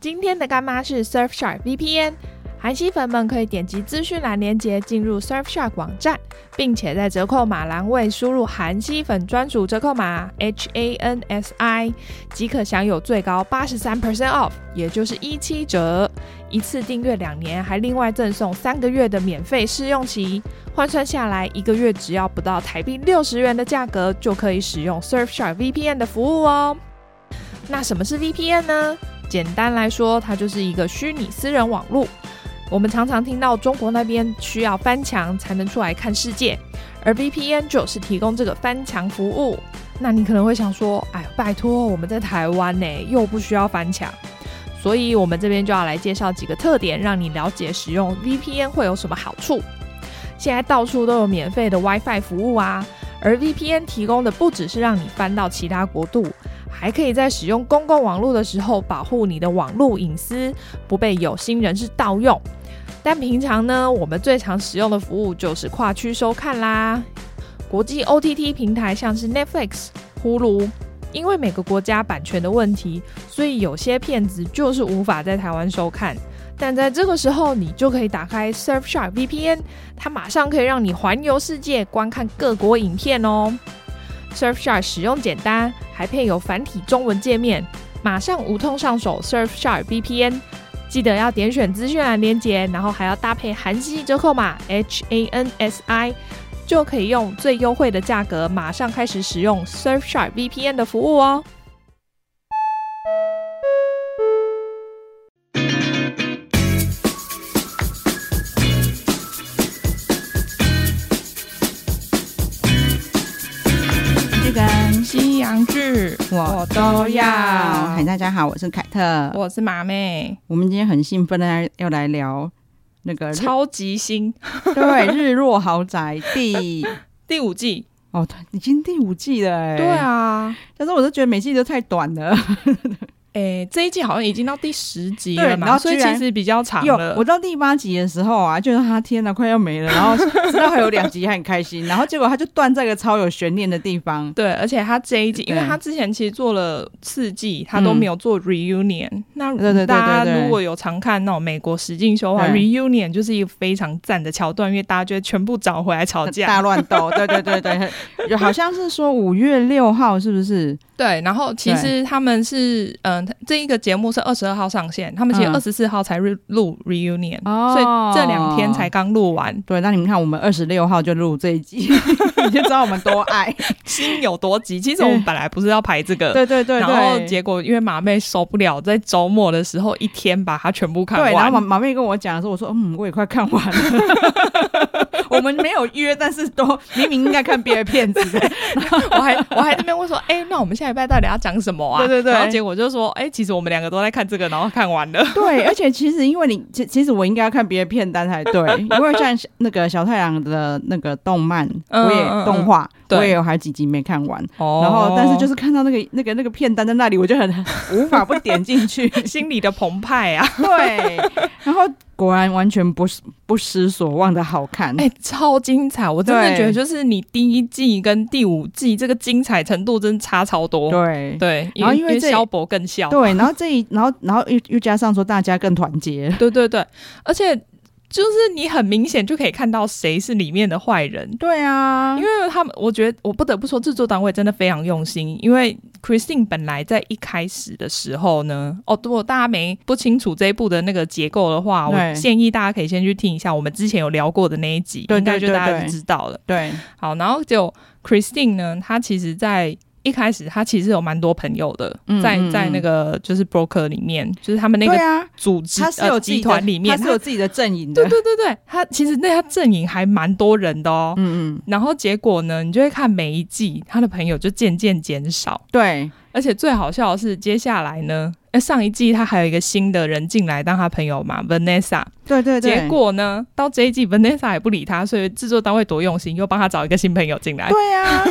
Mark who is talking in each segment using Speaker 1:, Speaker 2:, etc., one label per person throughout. Speaker 1: 今天的干妈是 Surfshark VPN，韩系粉们可以点击资讯栏链接进入 Surfshark 网站，并且在折扣码栏位输入韩系粉专属折扣码 H A N S I，即可享有最高八十三 percent off，也就是一七折。一次订阅两年，还另外赠送三个月的免费试用期，换算下来一个月只要不到台币六十元的价格，就可以使用 Surfshark VPN 的服务哦。那什么是 VPN 呢？简单来说，它就是一个虚拟私人网络。我们常常听到中国那边需要翻墙才能出来看世界，而 VPN 就是提供这个翻墙服务。那你可能会想说，哎，拜托，我们在台湾呢，又不需要翻墙。所以，我们这边就要来介绍几个特点，让你了解使用 VPN 会有什么好处。现在到处都有免费的 WiFi 服务啊，而 VPN 提供的不只是让你翻到其他国度，还可以在使用公共网络的时候保护你的网络隐私，不被有心人士盗用。但平常呢，我们最常使用的服务就是跨区收看啦。国际 OTT 平台像是 Netflix、Hulu，因为每个国家版权的问题，所以有些片子就是无法在台湾收看。但在这个时候，你就可以打开 Surfshark VPN，它马上可以让你环游世界，观看各国影片哦。Surfshark 使用简单，还配有繁体中文界面，马上无痛上手 Surfshark VPN。记得要点选资讯栏连接，然后还要搭配韩系折扣码 H A N S I，就可以用最优惠的价格马上开始使用 Surfshark VPN 的服务哦。
Speaker 2: 这个西洋剧我
Speaker 3: 哦
Speaker 2: 都要。
Speaker 3: 嗨，大家好，我是凯特。我
Speaker 1: 我是马妹，
Speaker 3: 们今天很兴奋的要来聊那个日
Speaker 1: 超级星
Speaker 3: 对日落豪宅第
Speaker 1: 第五季。
Speaker 3: 哦，对已经第五季了哎。
Speaker 1: 对，啊，
Speaker 3: 但是我都觉得每季都太短了。
Speaker 1: 诶、这一季好像已经到第十集了
Speaker 3: 对然
Speaker 1: 嘛，
Speaker 3: 后
Speaker 1: 所以
Speaker 3: 居然
Speaker 1: 其实比较长
Speaker 3: 有
Speaker 1: 了。
Speaker 3: 我到第八集的时候啊，就是他天哪，快要没了，然后 知道还有两集还很开心，然后结果他就断在一个超有悬念的地方。
Speaker 1: 对，而且他这一季，因为
Speaker 3: 对嗯
Speaker 1: 他之前其实做了四季，他都没有做 reunion、那
Speaker 3: 对对对
Speaker 1: 大
Speaker 3: 对
Speaker 1: 家
Speaker 3: 对
Speaker 1: 如果有常看那种美国实境秀的话
Speaker 3: 对
Speaker 1: ，reunion 就是一个非常赞的桥段，因为大家就会全部找回来吵 架。
Speaker 3: 大乱斗，对对对对，有好像是说五月六号是不是？
Speaker 1: 对，然后其实他们是，嗯、这一个节目是二十二号上线，他们其实
Speaker 3: 嗯
Speaker 1: 二十四号才录录 reunion，、
Speaker 3: 哦
Speaker 1: 所以这两天才刚录完，
Speaker 3: 对，那你们看，我们二十六号就录这一集， 你就知道我们多爱。
Speaker 1: 心有多急。其实我们本来不是要排这个，
Speaker 3: 嗯对对对对，
Speaker 1: 然后结果因为马妹受不了，在周末的时候一天把它全部看
Speaker 3: 对，然后马
Speaker 1: 完。
Speaker 3: 马妹跟我讲的时候，我说嗯，我也快看完了。 我们没有约，但是都明明应该看别的片子的。
Speaker 1: 我还我还在那边问说，哎、那我们下礼拜到底要讲什么啊？
Speaker 3: 对对对
Speaker 1: 然后结果就说，哎、其实我们两个都在看这个，然后看完了。
Speaker 3: 对，而且其实因为你，其其实我应该要看别的片单才对，因为像那个小太阳的那个动漫，
Speaker 1: 嗯
Speaker 3: 我也
Speaker 1: 嗯嗯
Speaker 3: 动画，
Speaker 1: 对
Speaker 3: 我也有好几集没看完。
Speaker 1: 哦
Speaker 3: 然后，但是就是看到那个那个那个片单在那里，我就很无法不点进去。
Speaker 1: 心里的澎湃啊，
Speaker 3: 对，然后果然完全不是不失所望的好看。
Speaker 1: 哎、超精彩！我真的
Speaker 3: 对
Speaker 1: 觉得就是你第一季跟第五季这个精彩程度真的差超多。
Speaker 3: 对
Speaker 1: 对，
Speaker 3: 然后
Speaker 1: 因
Speaker 3: 因为这
Speaker 1: 萧伯更笑。
Speaker 3: 对，然后这一，然后然后又又加上说大家更团 结，
Speaker 1: 对对对，而且就是你很明显就可以看到谁是里面的坏人，
Speaker 3: 对啊
Speaker 1: 因，为他们，我觉得我不得不说，制作单位真的非常用心。因为 Christine 本来在一开始的时候呢，哦，如果大家没不清楚这一部的那个结构的话，我
Speaker 3: 对
Speaker 1: 建议大家可以先去听一下我们之前有聊过的那一集，
Speaker 3: 对
Speaker 1: 应该就
Speaker 3: 对对
Speaker 1: 大家就
Speaker 3: 对
Speaker 1: 知道了。
Speaker 3: 对
Speaker 1: 好，然后就 Christine 呢，她其实在一开始她其实有蛮多朋友的，
Speaker 3: 嗯
Speaker 1: 在
Speaker 3: 嗯
Speaker 1: 在
Speaker 3: 嗯
Speaker 1: 那个就是 broker 里面，就是他们那
Speaker 3: 对
Speaker 1: 个
Speaker 3: 啊，
Speaker 1: 组织、
Speaker 3: 他是有
Speaker 1: 呃
Speaker 3: 自己
Speaker 1: 集
Speaker 3: 的
Speaker 1: 团里面，
Speaker 3: 他是有自己的阵营的
Speaker 1: 对，对对对，他其实那他阵营还蛮多人的哦。
Speaker 3: 嗯嗯，
Speaker 1: 然后结果呢，你就会看每一季他的朋友就渐渐减少，
Speaker 3: 对
Speaker 1: 而且最好笑的是，接下来呢，哎，上一季他还有一个新的人进来当他朋友嘛，Vanessa。
Speaker 3: 对对对，
Speaker 1: 结果呢，到这一季 Vanessa 也不理他，所以制作单位多用心，又帮他找一个新朋友进来。
Speaker 3: 对啊，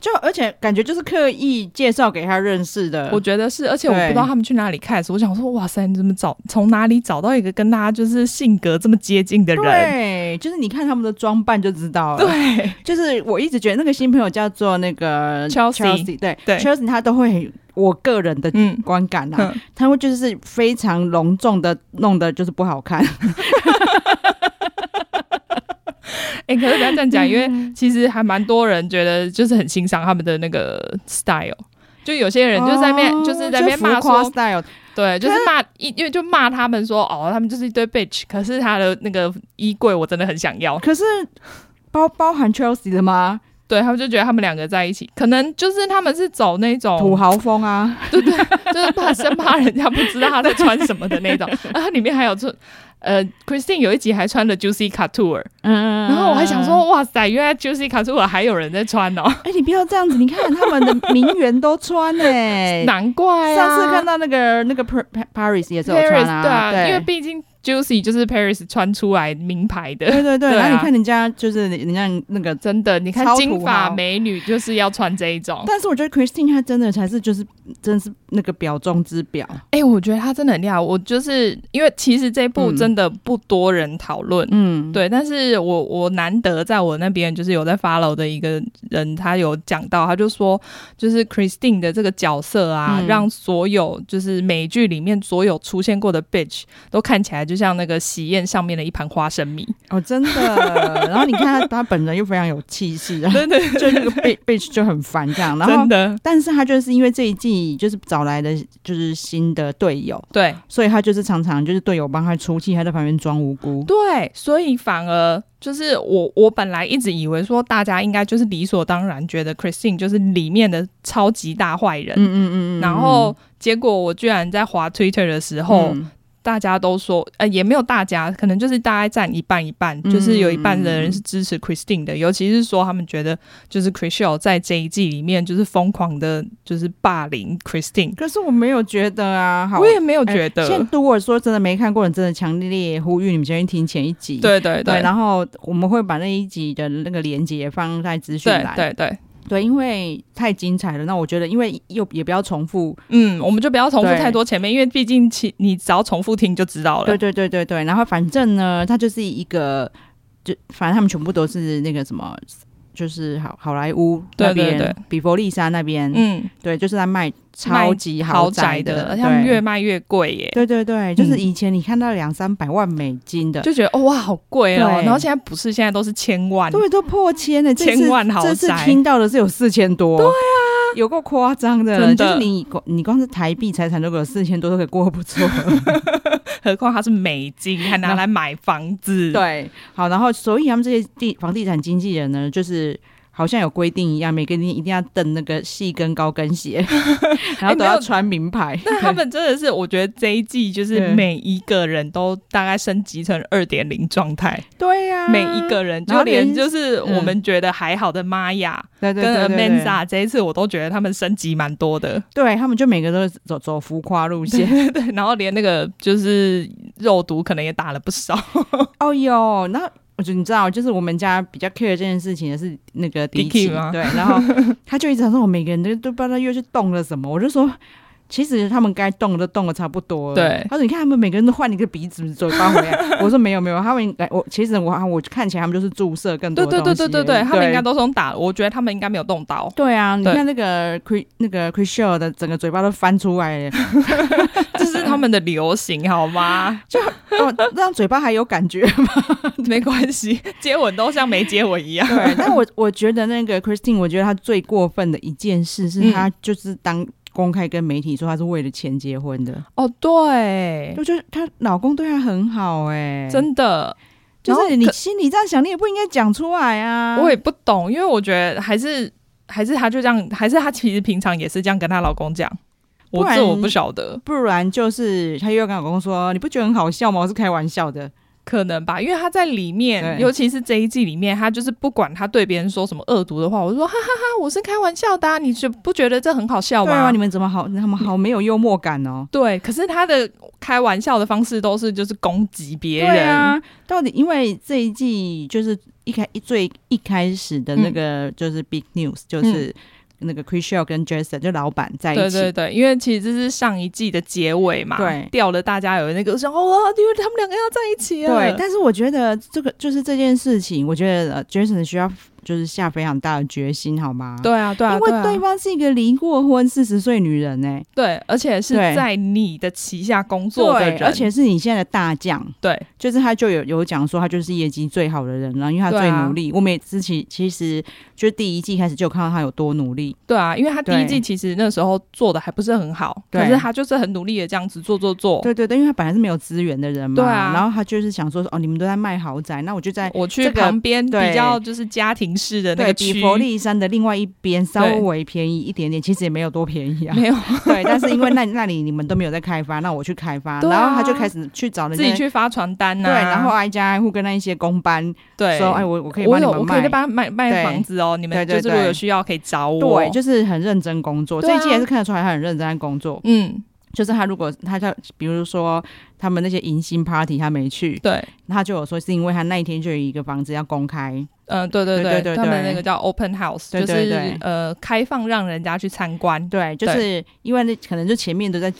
Speaker 3: 就而且感觉就是刻意介绍给他认识的，
Speaker 1: 我觉得是，而且我不
Speaker 3: 对
Speaker 1: 知道他们去哪里 cast，我想说，哇塞，你怎么找从哪里找到一个跟他就是性格这么接近的人？
Speaker 3: 对，就是你看他们的装扮就知道了，
Speaker 1: 对
Speaker 3: 就是我一直觉得那个新朋友叫做那个
Speaker 1: Chelsea
Speaker 3: 对
Speaker 1: 对
Speaker 3: Chelsea，他都会哎，我个人的
Speaker 2: 嗯，
Speaker 3: 观感啊，
Speaker 2: 嗯
Speaker 3: 它会就是非常隆重的弄的，就是不好看。
Speaker 1: 哎、可是不要这样讲，因为其实还蛮多人觉得就是很欣赏他们的那个 style。就有些人就在那边、
Speaker 3: 哦
Speaker 1: 就是在那边骂
Speaker 3: 浮夸
Speaker 1: 说，
Speaker 3: style，
Speaker 1: 对，就是骂一，因为就骂他们说，哦，他们就是一堆 bitch。可是他的那个衣柜我真的很想要，
Speaker 3: 可是包包含 Chelsea 的吗？
Speaker 1: 对他们就觉得他们两个在一起，可能就是他们是走那种
Speaker 3: 土豪风啊，
Speaker 1: 就是怕生怕人家不知道他在穿什么的那 种。啊，它里面还有穿，呃，Christine 有一集还穿了 Juicy Couture，
Speaker 3: 嗯
Speaker 1: 然后我还想
Speaker 3: 啊
Speaker 1: 说，，哇塞，原来 Juicy Couture 还有人在穿哦，
Speaker 3: 哎、你不要这样子，你看他们的名媛 都穿哎、
Speaker 1: 难怪啊。
Speaker 3: 上次看到那个那个 Par- Par- Paris 也是有
Speaker 1: Paris
Speaker 3: 穿
Speaker 1: 对
Speaker 3: 啊，
Speaker 1: 啊，
Speaker 3: 对
Speaker 1: 因为毕竟 Juicy 就是 Paris 穿出来名牌的。
Speaker 3: 对对对，
Speaker 1: 对啊
Speaker 3: 然后你看人家就是人家那个，
Speaker 1: 真的，你看
Speaker 3: 超土
Speaker 1: 金发
Speaker 3: 豪
Speaker 1: 美女就是要穿这一种。
Speaker 3: 但是我觉得 Christine 她真的才是就是真是那个表中之表，
Speaker 1: 哎、我觉得她真的很厉害。我就是因为其实这部
Speaker 3: 嗯
Speaker 1: 真的不多人讨论，
Speaker 3: 嗯，
Speaker 1: 对，但是我我难得在我那边就是有在 follow 的一个人，他有讲到，他就说，就是 Christine 的这个角色啊，
Speaker 3: 嗯
Speaker 1: 让所有就是美剧里面所有出现过的 bitch 都看起来就像那个喜宴上面的一盘花生 米。
Speaker 3: 哦真的，然后你看她她本人又非常有气势，然后
Speaker 1: 真的，
Speaker 3: 就那个 bitch bitch 就很烦这样，然后
Speaker 1: 真。的，
Speaker 3: 但是她就是因为这一季就是找来的就是新的队友，
Speaker 1: 对
Speaker 3: 所以她就是常常就是队友帮她出气，她在旁边装无辜。
Speaker 1: 对，所以反而就是我我本来一直以为说大家应该就是理所当然觉得 Christine 就是里面的超级大坏人，
Speaker 3: 嗯嗯嗯嗯，
Speaker 1: 然后结果我居然在滑 Twitter 的时候。
Speaker 3: 嗯
Speaker 1: 大家都说，呃，也没有大家，可能就是大概占一半一半，
Speaker 3: 嗯
Speaker 1: 就是有一半的人是支持 Christine 的，尤其是说他们觉得就是 c h r i s t e l 在这一季里面就是疯狂的，就是霸凌 Christine，
Speaker 3: 可是我没有觉得啊，好
Speaker 1: 我也没有觉
Speaker 3: 现在
Speaker 1: 得，
Speaker 3: 如果说真的没看过，你真的强烈呼吁你们先去听前一集。
Speaker 1: 对对
Speaker 3: 对，
Speaker 1: 对
Speaker 3: 然后我们会把那一集的那个连接放在资讯
Speaker 1: 对
Speaker 3: 栏。
Speaker 1: 对对，
Speaker 3: 对因为太精彩了。那我觉得，因为又也不要重复。
Speaker 1: 嗯，我们就不要重复
Speaker 3: 对
Speaker 1: 太多前面，因为毕竟其你只要重复听就知道了
Speaker 3: 对，对对对对。然后反正呢，它就是一个，就反正他们全部都是那个什么，就是好好莱坞那
Speaker 1: 对对
Speaker 3: 边，比佛利山那边，
Speaker 1: 嗯，
Speaker 3: 对，就是在卖超级豪
Speaker 1: 宅
Speaker 3: 的，
Speaker 1: 而且他们
Speaker 3: 对
Speaker 1: 越卖越贵耶。
Speaker 3: 对对对，就是
Speaker 1: 嗯
Speaker 3: 以前你看到两三百万美金的，
Speaker 1: 就觉得哦哇好贵哦，
Speaker 3: 对
Speaker 1: 然后现在不是现在都是千万，
Speaker 3: 啊对，都破千了，这次
Speaker 1: 千万豪宅
Speaker 3: 这次听到的是有四千多，对啊，有够夸张的，
Speaker 1: 真的
Speaker 3: 就是你光你光是台币财产如果有四千多都可以过得不错，
Speaker 1: 何况它是美金，还拿来买房 子。
Speaker 3: 对，好，然后所以他们这些地房地产经纪人呢，就是。好像有规定一样，每个人一定要蹬那个细跟高跟 鞋，然后都
Speaker 1: 哎没有
Speaker 3: 要穿 名牌。
Speaker 1: 但他们真的是，我觉得这一季就是
Speaker 3: 对
Speaker 1: 每一个人都大概升级成二点零状态，
Speaker 3: 对呀、
Speaker 1: 每一个人
Speaker 3: 嗯然
Speaker 1: 就
Speaker 3: 后
Speaker 1: 连
Speaker 3: 连
Speaker 1: 就是
Speaker 3: 嗯
Speaker 1: 我们觉得还好的玛雅
Speaker 3: 对对
Speaker 1: 跟
Speaker 3: 对对对
Speaker 1: Amenza 这一次，我都觉得他们升级蛮多的。
Speaker 3: 对他们就每个都是走走浮夸路线。
Speaker 1: 对，然后连那个就是肉毒可能也打了不少。
Speaker 3: 哦哟，那我觉得你知道，就是我们家比较 care 这件事情的是那个迪
Speaker 1: Dicky
Speaker 3: 奇
Speaker 1: 吗
Speaker 3: 对，然后他就一直想说，我每个人都都不知道他又去动了什么，我就说。其实他们该动的都动的差不多了。
Speaker 1: 对
Speaker 3: 他说：“你看他们每个人都换了一个鼻子、嘴巴回来。”我说：“没有没有，他们来我其实我我看起来他们就是注射更多
Speaker 1: 对
Speaker 3: 的东
Speaker 1: 对
Speaker 3: 西。
Speaker 1: 对对对对，他们应该
Speaker 3: 都
Speaker 1: 都是用打，我觉得他们应该没有动刀。
Speaker 3: 对啊。你
Speaker 1: 对
Speaker 3: 看那个 Chris 那个 Chris s h e 的整个嘴巴都翻出来了，
Speaker 1: 这是他们的流行，好吗？
Speaker 3: 哦， 让嘴巴还有感觉。
Speaker 1: 没关系，接吻都像没接吻一样。
Speaker 3: 对，但 我我觉得那个 Christine，我觉得她最过分的一件事是，
Speaker 1: 嗯
Speaker 3: 她就是当公开跟媒体说她是为了钱结婚的。
Speaker 1: 哦，对，
Speaker 3: 我觉得她老公对她很好、哎，
Speaker 1: 真的，
Speaker 3: 就是你
Speaker 1: 然后
Speaker 3: 心里这样想，你也不应该讲出来啊。
Speaker 1: 我也不懂，因为我觉得还是还是她就这样，还是她其实平常也是这样跟她老公讲。我
Speaker 3: 不然
Speaker 1: 这我不晓得，
Speaker 3: 不然就是她又跟老公说，你不觉得很好笑吗？我是开玩笑的。
Speaker 1: 可能吧，因为她在里面，
Speaker 3: 对
Speaker 1: 尤其是这一季里面，她就是不管她对别人说什么恶毒的话，我就说哈哈哈，我是开玩笑的、啊，你觉不觉得这很好笑
Speaker 3: 对啊，
Speaker 1: 吗？
Speaker 3: 你们怎么好，他们好没有幽默感哦。
Speaker 1: 对，可是她的开玩笑的方式都是就是攻击别
Speaker 3: 对
Speaker 1: 人，
Speaker 3: 啊，到底因为这一季就是一开一最一开始的那
Speaker 1: 嗯
Speaker 3: 个就是 big news，、就是那个 Chris s h e l 跟 Jason 就老板在一
Speaker 1: 对
Speaker 3: 起。
Speaker 1: 对对，因为其实这是上一季的结尾嘛，
Speaker 3: 对
Speaker 1: 掉了大家有那个想哦，因为他们两个要在一起了，啊
Speaker 3: 对但是我觉得这个就是这件事情，我觉得呃 Jason 需要就是下非常大的决心，好吗？、
Speaker 1: 对啊，对啊，
Speaker 3: 因为
Speaker 1: 对啊
Speaker 3: 对方是一个离过婚四十岁女人哎、
Speaker 1: 对，而且是
Speaker 3: 对
Speaker 1: 在你的旗下工作的
Speaker 3: 对，
Speaker 1: 人，
Speaker 3: 而且是你现在的大将，
Speaker 1: 对
Speaker 3: 就是他就有有讲说他就是业绩最好的人了，因为他
Speaker 1: 对
Speaker 3: 最
Speaker 1: 啊
Speaker 3: 努力。我们也之前其实就第一季开始就有看到他有多努力，
Speaker 1: 对啊，因为他第一
Speaker 3: 对
Speaker 1: 季其实那时候做的还不是很好，
Speaker 3: 对
Speaker 1: 可是他就是很努力的这样子做做做。
Speaker 3: 对对对，因为他本来是没有资源的人嘛，
Speaker 1: 哦对啊
Speaker 3: 然后他就是想说哦，你们都在卖豪宅，那我就在。
Speaker 1: 我去
Speaker 3: 这个
Speaker 1: 旁边比
Speaker 3: 对
Speaker 1: 较就是家庭式的那
Speaker 3: 对
Speaker 1: 个区，
Speaker 3: 比佛利山的另外一边稍
Speaker 1: 对
Speaker 3: 微便宜一点点，其实也没有多便宜啊。
Speaker 1: 没有
Speaker 3: 对，但是因为那那里你们都没有在开发，那我去开发，
Speaker 1: 对啊
Speaker 3: 然后他就开始去找人
Speaker 1: 自
Speaker 3: 家
Speaker 1: 己去发传单呐、
Speaker 3: 对，然后挨家挨户跟那一些公班
Speaker 1: 对
Speaker 3: 说，哎，我我可以
Speaker 1: 我
Speaker 3: 帮你
Speaker 1: 有
Speaker 3: 们
Speaker 1: 我可以
Speaker 3: 卖
Speaker 1: 再。帮他卖卖
Speaker 3: 对
Speaker 1: 房子哦，你们
Speaker 3: 对
Speaker 1: 就
Speaker 3: 对
Speaker 1: 是如果有
Speaker 3: 对
Speaker 1: 需要可以找我。
Speaker 3: 对，就是很认真工作。
Speaker 1: 对
Speaker 3: 这
Speaker 1: 啊
Speaker 3: 一季还是看得出来他很认真在工作。
Speaker 1: 嗯，
Speaker 3: 就是他如果他在，比如说他们那些迎新 party 他没去，
Speaker 1: 对。
Speaker 3: 他就有说是因为他那一天就有一个房子要公开，
Speaker 1: 嗯，对对
Speaker 3: 对对对
Speaker 1: 他们
Speaker 3: 对
Speaker 1: 那个叫 open house，
Speaker 3: 对对
Speaker 1: 就
Speaker 3: 对
Speaker 1: 是呃开放让人家去参观。
Speaker 3: 对，就是因为那可能就前面都在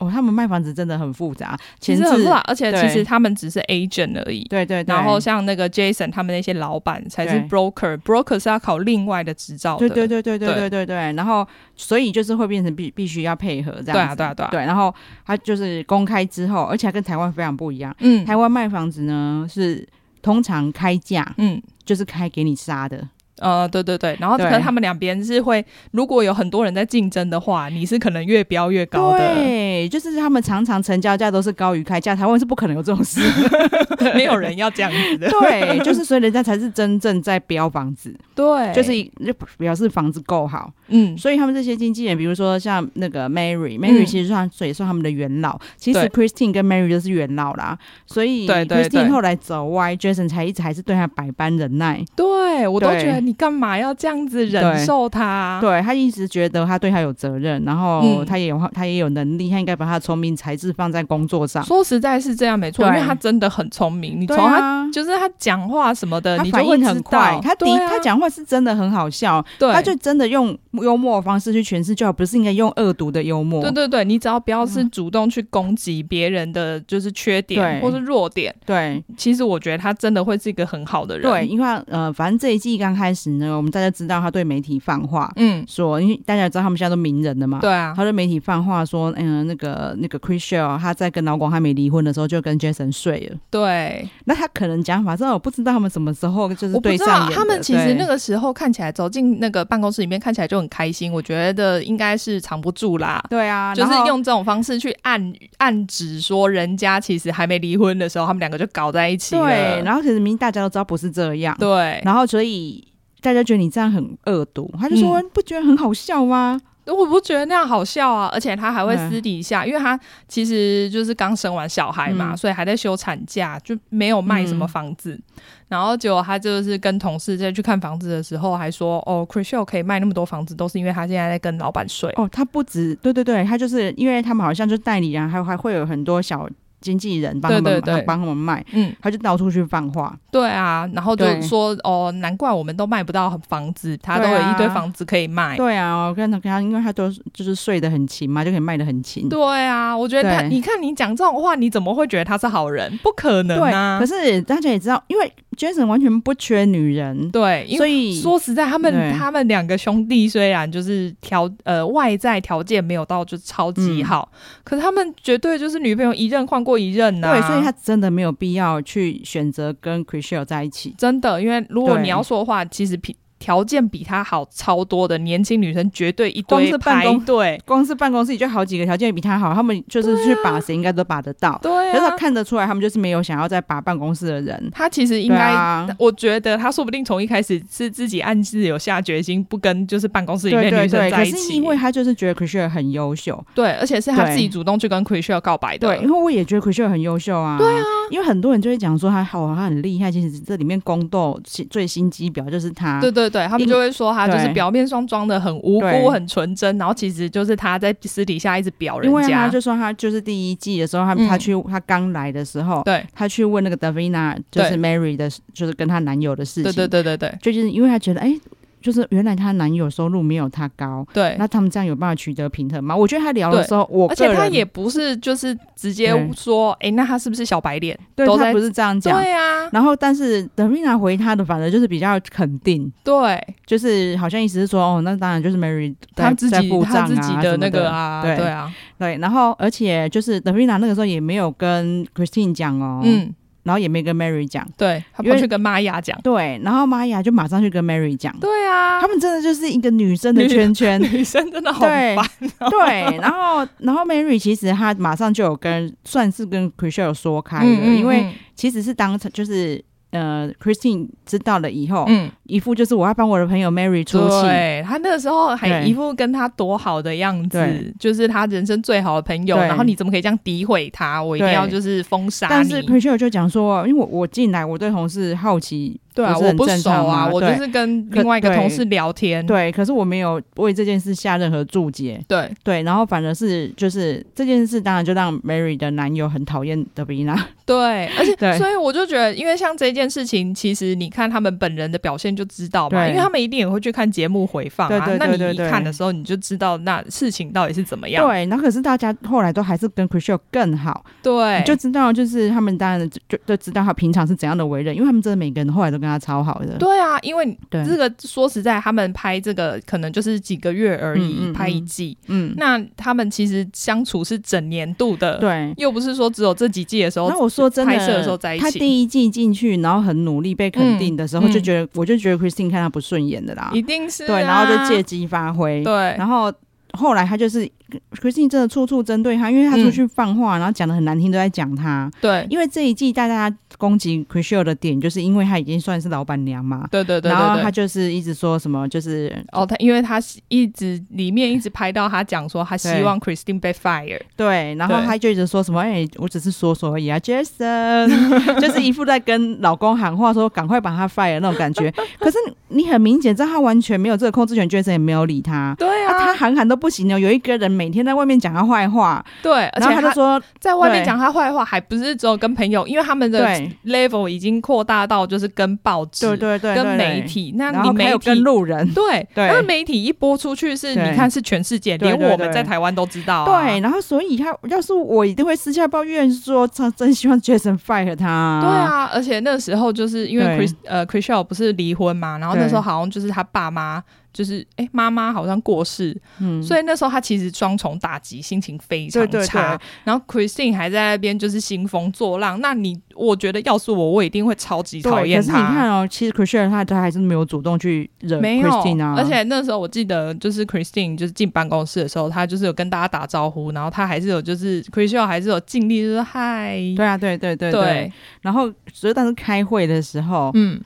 Speaker 3: 哦，他们卖房子真的很复杂，
Speaker 1: 其
Speaker 3: 前
Speaker 1: 实
Speaker 3: 置
Speaker 1: 很啊乱，而且其
Speaker 3: 对
Speaker 1: 实他们只是 agent 而已。
Speaker 3: 对对对，
Speaker 1: 然后像那个 Jason 他们那些老板才是
Speaker 3: 对
Speaker 1: broker，broker 是要考另外的执照的。
Speaker 3: 对对对对对
Speaker 1: 对
Speaker 3: 对对对，然后所以就是会变成必必须要配合这
Speaker 1: 对
Speaker 3: 样
Speaker 1: 啊
Speaker 3: 子，
Speaker 1: 对啊对啊
Speaker 3: 对，然后他就是公开之后，而且还跟台湾非常不一样，
Speaker 1: 嗯
Speaker 3: 台湾卖房子呢是通常开价
Speaker 1: 嗯
Speaker 3: 就是开给你杀的，
Speaker 1: 呃对对对，然后
Speaker 3: 对
Speaker 1: 可能他们两边是会，如果有很多人在竞争的话，你是可能越标越高的，
Speaker 3: 对，就是他们常常成交价都是高于开价，台湾是不可能有这种事，
Speaker 1: 没有人要这样子的。
Speaker 3: 对，就是所以人家才是真正在标房子，
Speaker 1: 对
Speaker 3: 就是就表示房子够好，
Speaker 1: 嗯
Speaker 3: 所以他们这些经纪人，比如说像那个 Mary，Mary
Speaker 1: 嗯
Speaker 3: 其实算也算他们的元老，其
Speaker 1: 对
Speaker 3: 实 Christine 跟 Mary 都是元老啦，所以
Speaker 1: 对对对
Speaker 3: Christine 后来走歪，Jason 才一直还是对他百般忍耐，
Speaker 1: 对我都
Speaker 3: 对
Speaker 1: 觉得你干嘛要这样子忍
Speaker 3: 对
Speaker 1: 受他？
Speaker 3: 对他一直觉得他对他有责任，然后
Speaker 1: 啊嗯
Speaker 3: 他也有他也有能力，他应该把他的聪明才智放在工作上，
Speaker 1: 说实在是这样没错，因
Speaker 3: 啊对
Speaker 1: 为他真的很聪明，你从
Speaker 3: 对
Speaker 1: 他。
Speaker 3: 啊。呃
Speaker 1: 就是他讲话什么的，
Speaker 3: 他
Speaker 1: 你
Speaker 3: 反
Speaker 1: 就会
Speaker 3: 应
Speaker 1: 知
Speaker 3: 很
Speaker 1: 道
Speaker 3: 快，他的、
Speaker 1: 对啊
Speaker 3: 他讲话是真的很好笑，
Speaker 1: 对，
Speaker 3: 他就真的用幽默的方式去诠释就好，不是应该用恶毒的幽默。
Speaker 1: 对对对，你只要不要是主动去攻击别人的就是缺点
Speaker 3: 嗯对
Speaker 1: 或是弱点，
Speaker 3: 对
Speaker 1: 其实我觉得他真的会是一个很好的人。
Speaker 3: 对，，因为呃，反正这一季刚开始呢，我们大家知道他对媒体放话
Speaker 1: 嗯，
Speaker 3: 说，因为大家知道他们现在都名人了嘛，
Speaker 1: 对啊，
Speaker 3: 他对媒体放话说，嗯、那个那个 Chris Shell 他在跟老公还没离婚的时候就跟 Jason 睡了，
Speaker 1: 对，
Speaker 3: 那他可能讲法真的我不知道他们什么时候就是
Speaker 1: 我不
Speaker 3: 对
Speaker 1: 知
Speaker 3: 上
Speaker 1: 道
Speaker 3: 眼的
Speaker 1: 他们其实
Speaker 3: 对
Speaker 1: 那个时候看起来走进那个办公室里面看起来就很开心，我觉得应该是藏不住啦。
Speaker 3: 对啊，
Speaker 1: 就是
Speaker 3: 然后
Speaker 1: 用这种方式去暗暗指说，人家其实还没离婚的时候，他们两个就搞在一起了。
Speaker 3: 对，然后其实明明大家都知道不是这样，
Speaker 1: 对，
Speaker 3: 然后所以。大家觉得你这样很恶毒，他就
Speaker 1: 嗯
Speaker 3: 说、不觉得很好笑吗？
Speaker 1: 我不觉得那样好笑啊，而且他还会
Speaker 3: 嗯
Speaker 1: 私底下，因为他其实就是刚生完小孩嘛，
Speaker 3: 嗯
Speaker 1: 所以还在休产假，就没有卖什么
Speaker 3: 嗯
Speaker 1: 房子。然后结果他就是跟同事再去看房子的时候，还说哦 c h r i s h e l 可以卖那么多房子，都是因为他现在在跟老板睡。
Speaker 3: 哦，他不止，对对对，他就是因为他们好像就代理人，还还会有很多小经纪人帮他们
Speaker 1: 对对对
Speaker 3: 帮他们卖，
Speaker 1: 嗯，
Speaker 3: 他就到处去放话。
Speaker 1: 对啊，然后就
Speaker 3: 对
Speaker 1: 说哦，难怪我们都卖不到房子，他都
Speaker 3: 对
Speaker 1: 有
Speaker 3: 啊
Speaker 1: 一堆房子可以卖。
Speaker 3: 对啊，我跟他跟他，因为他都是就是睡得很勤嘛，就可以卖得很勤。
Speaker 1: 对啊，我觉得他，
Speaker 3: 对
Speaker 1: 你看你讲这种话，你怎么会觉得他是好人？不可能啊！
Speaker 3: 可是大家也知道，因为 Jason 完全不缺女人，
Speaker 1: 对，因为
Speaker 3: 所以
Speaker 1: 说实在，他们
Speaker 3: 对
Speaker 1: 他们两个兄弟虽然就是条呃外在条件没有到就超
Speaker 3: 嗯
Speaker 1: 级好，可是他们绝对就是女朋友一任换过一任啊呐、
Speaker 3: 对，所以他真的没有必要去选择跟 c h r i s t e l 在一起。
Speaker 1: 真的，因为如果
Speaker 3: 对
Speaker 1: 你要说的话，其实比条件比他好超多的年轻女生绝对一
Speaker 3: 光
Speaker 1: 堆
Speaker 3: 是办
Speaker 1: 排
Speaker 3: 公
Speaker 1: 队，
Speaker 3: 光是办公室里就好几个条件比他好，他们就是去把谁应该都把得到。
Speaker 1: 对
Speaker 3: 可是他
Speaker 1: 啊，
Speaker 3: 看得出来，他们就是没有想要再把办公室的人。
Speaker 1: 他其实应
Speaker 3: 对
Speaker 1: 该。
Speaker 3: 啊
Speaker 1: 我觉得他说不定从一开始是自己暗自有下决心，不跟就是办公室里
Speaker 3: 对
Speaker 1: 面的
Speaker 3: 对
Speaker 1: 女
Speaker 3: 对，
Speaker 1: 生在
Speaker 3: 可
Speaker 1: 一起。
Speaker 3: 是因为他就是觉得 c h r i s t e l 很优秀，
Speaker 1: 对，而且是他
Speaker 3: 对
Speaker 1: 自己主动去跟 c h r i s t e l 告白的。
Speaker 3: 对，因为我也觉得 c h r i s t e l 很优秀啊。对啊，因为很多人就会讲说他好，他很厉害。其实这里面宫斗其最心机婊就是他。
Speaker 1: 对对对，他们
Speaker 3: 因
Speaker 1: 就会说他就是
Speaker 3: 对
Speaker 1: 表面上装的很无辜、
Speaker 3: 对
Speaker 1: 很纯真，然后其实就是他在私底下一直表人
Speaker 3: 因为
Speaker 1: 家。
Speaker 3: 他就说他就是第一季的时候，他、
Speaker 1: 嗯
Speaker 3: 他去他刚来的时候，
Speaker 1: 对
Speaker 3: 他去问那个 Davina 就
Speaker 1: 对
Speaker 3: 是 Mary 的，就是跟她男友的事情。
Speaker 1: 对对对对对
Speaker 3: 就是因为他觉得哎。就是原来她男友收入没有她高，
Speaker 1: 对，
Speaker 3: 那他们这样有办法取得平衡吗？我觉得他聊的
Speaker 1: 对
Speaker 3: 时候，我
Speaker 1: 而且
Speaker 3: 个
Speaker 1: 他
Speaker 3: 人
Speaker 1: 也不是就是直接
Speaker 3: 对
Speaker 1: 说，哎、那他是不是小白脸？
Speaker 3: 对
Speaker 1: 都
Speaker 3: 他
Speaker 1: 在
Speaker 3: 不是这样讲。
Speaker 1: 对啊，
Speaker 3: 然后，但是德瑞娜回他的反而就是比较肯定，
Speaker 1: 对，
Speaker 3: 就是好像意思是说，哦，那当然就是 Mary 在
Speaker 1: 他自
Speaker 3: 在
Speaker 1: 己
Speaker 3: 付
Speaker 1: 他
Speaker 3: 账
Speaker 1: 自
Speaker 3: 啊
Speaker 1: 己
Speaker 3: 什么
Speaker 1: 那个
Speaker 3: 的
Speaker 1: 啊，
Speaker 3: 对
Speaker 1: 对啊，
Speaker 3: 对。然后，而且就是德瑞娜那个时候也没有跟 Christine 讲哦，，
Speaker 1: 嗯，
Speaker 3: 然后也没跟 Mary 讲，
Speaker 1: 对他
Speaker 3: 因
Speaker 1: 跑
Speaker 3: 为
Speaker 1: 去跟玛雅讲，
Speaker 3: 对。然后玛雅就马上去跟 Mary 讲，
Speaker 1: 对啊，
Speaker 3: 他们真的就是一个女生的
Speaker 1: 女
Speaker 3: 圈圈，
Speaker 1: 女生真的好
Speaker 3: 对
Speaker 1: 烦，
Speaker 3: 对，然后然后 Mary 其实她马上就有跟算是跟 Chriselle 说开了，
Speaker 1: 嗯，嗯
Speaker 3: 因为其实是当成就是呃 Christine 知道了以后，
Speaker 1: 嗯，嗯
Speaker 3: 一副就是我要帮我的朋友 Mary 出气，
Speaker 1: 对他那个时候还
Speaker 3: 对
Speaker 1: 一副跟他多好的样子
Speaker 3: 对，
Speaker 1: 就是他人生最好的朋友，
Speaker 3: 对
Speaker 1: 然后你怎么可以这样诋毁他？我一定
Speaker 3: 对
Speaker 1: 要就是封杀
Speaker 3: 但
Speaker 1: 你。
Speaker 3: 是 Chriselle 就讲说，因为我我进来我对同事好奇，
Speaker 1: 对啊，
Speaker 3: 不是
Speaker 1: 我
Speaker 3: 很
Speaker 1: 不
Speaker 3: 正
Speaker 1: 熟
Speaker 3: 常
Speaker 1: 啊，
Speaker 3: 吗
Speaker 1: 我就
Speaker 3: 对
Speaker 1: 是跟另外一个
Speaker 3: 对
Speaker 1: 同事聊天。
Speaker 3: 对，可是我没有为这件事下任何注解，
Speaker 1: 对
Speaker 3: 对，然后反而是就是这件事当然就让 Mary 的男友很讨厌德比娜，
Speaker 1: 对，而且
Speaker 3: 对
Speaker 1: 所以我就觉得，因为像这件事情，其实你看他们本人的表现就知道嘛，
Speaker 3: 对
Speaker 1: 因为他们一定也会去看节目回放
Speaker 3: 对
Speaker 1: 啊。
Speaker 3: 对
Speaker 1: 那
Speaker 3: 对
Speaker 1: 你
Speaker 3: 对
Speaker 1: 一
Speaker 3: 对
Speaker 1: 看的时候，你就知道那事情到底是怎么样。
Speaker 3: 对，然后可是大家后来都还是跟 Chriselle 更好。
Speaker 1: 对
Speaker 3: 你，就知道，就是他们当然就就就知道他平常是怎样的为人，因为他们真的每个人后来都跟他超好的。
Speaker 1: 对啊，因为
Speaker 3: 对
Speaker 1: 这个说实在，他们拍这个可能就是几个月而已，
Speaker 3: 嗯嗯嗯
Speaker 1: 拍一季。
Speaker 3: 嗯，
Speaker 1: 那他们其实相处是整年度的，，
Speaker 3: 对。
Speaker 1: 又不是说只有这几季的时候
Speaker 3: 那。我说真的，
Speaker 1: 拍摄的时候在一起
Speaker 3: 他第一季进去，然后很努力被肯定的时候，
Speaker 1: 嗯嗯
Speaker 3: 就觉得我就觉得 Christine 看他不顺眼的啦，
Speaker 1: 一定是、啊、
Speaker 3: 对，然后就借机发挥，
Speaker 1: 对，
Speaker 3: 然后后来他就是 Christine 真的处处针对他，因为他出去放话，然后讲的很难听，都在讲他。
Speaker 1: 对，
Speaker 3: 因为这一季大家攻击 Christine 的点，就是因为他已经算是老板娘嘛，
Speaker 1: 对对对
Speaker 3: 然后
Speaker 1: 对
Speaker 3: 他
Speaker 1: 对。
Speaker 3: 就是一直说什么，就是
Speaker 1: 哦，他因为他一直里面一直拍到他讲说他希望 Christine 被 fire，
Speaker 3: 对，然后
Speaker 1: 对
Speaker 3: 他就一直说什么，哎、我只是说说而已啊，Jason，就是一 副在跟老公喊话说，赶快把他 fire 那种感觉。 可是你很明显知道他完全没有这个控制权，Jason 也没有理他。
Speaker 1: 对
Speaker 3: 啊、他喊喊都不行哦，有一个人每天在外面讲他坏话，
Speaker 1: 对，而
Speaker 3: 然后
Speaker 1: 且
Speaker 3: 他就说，
Speaker 1: 在外面
Speaker 3: 对
Speaker 1: 讲他坏话，还不是只有跟朋友，因为他们的
Speaker 3: 对
Speaker 1: level 已经扩大到就是跟报纸、
Speaker 3: 对对对，
Speaker 1: 跟
Speaker 3: 对
Speaker 1: 媒，体，那
Speaker 3: 对然
Speaker 1: 你
Speaker 3: 后还
Speaker 1: 媒
Speaker 3: 有
Speaker 1: 体
Speaker 3: 跟路人，
Speaker 1: 对，
Speaker 3: 对
Speaker 1: 那媒体一播出去是，
Speaker 3: 对
Speaker 1: 你看是全世界，
Speaker 3: 对
Speaker 1: 连
Speaker 3: 对
Speaker 1: 我们
Speaker 3: 对
Speaker 1: 在台湾都知道、啊。
Speaker 3: 对，然后所以他要是我一定会私下抱怨说，真真希望 Jason fire 他，
Speaker 1: 对，啊，而且那时候就是因为
Speaker 3: 对
Speaker 1: Chris 呃 c h r i s t e l 不是离婚嘛，然后那
Speaker 3: 对
Speaker 1: 时候好像就是他爸妈就是哎妈妈好像过世，
Speaker 3: 嗯，
Speaker 1: 所以那时候他其实双重打击，心情非常差。
Speaker 3: 对对对
Speaker 1: 然后 Christine 还在那边就是兴风作浪，那你我觉得要是我，我一定会超级讨
Speaker 3: 对，
Speaker 1: 厌
Speaker 3: 可是你看
Speaker 1: 他。
Speaker 3: 哦，其实 Christian 他他还是没有主动去惹
Speaker 1: 没有
Speaker 3: Christine 啊，
Speaker 1: 而且那时候我记得，就是 Christine 就是进办公室的时候，他就是有跟大家打招呼，然后他还是有就是 Christine 还是有尽力就是嗨，
Speaker 3: 对啊，对对对对。
Speaker 1: 对
Speaker 3: 然后，所以当时开会的时候，
Speaker 1: 嗯，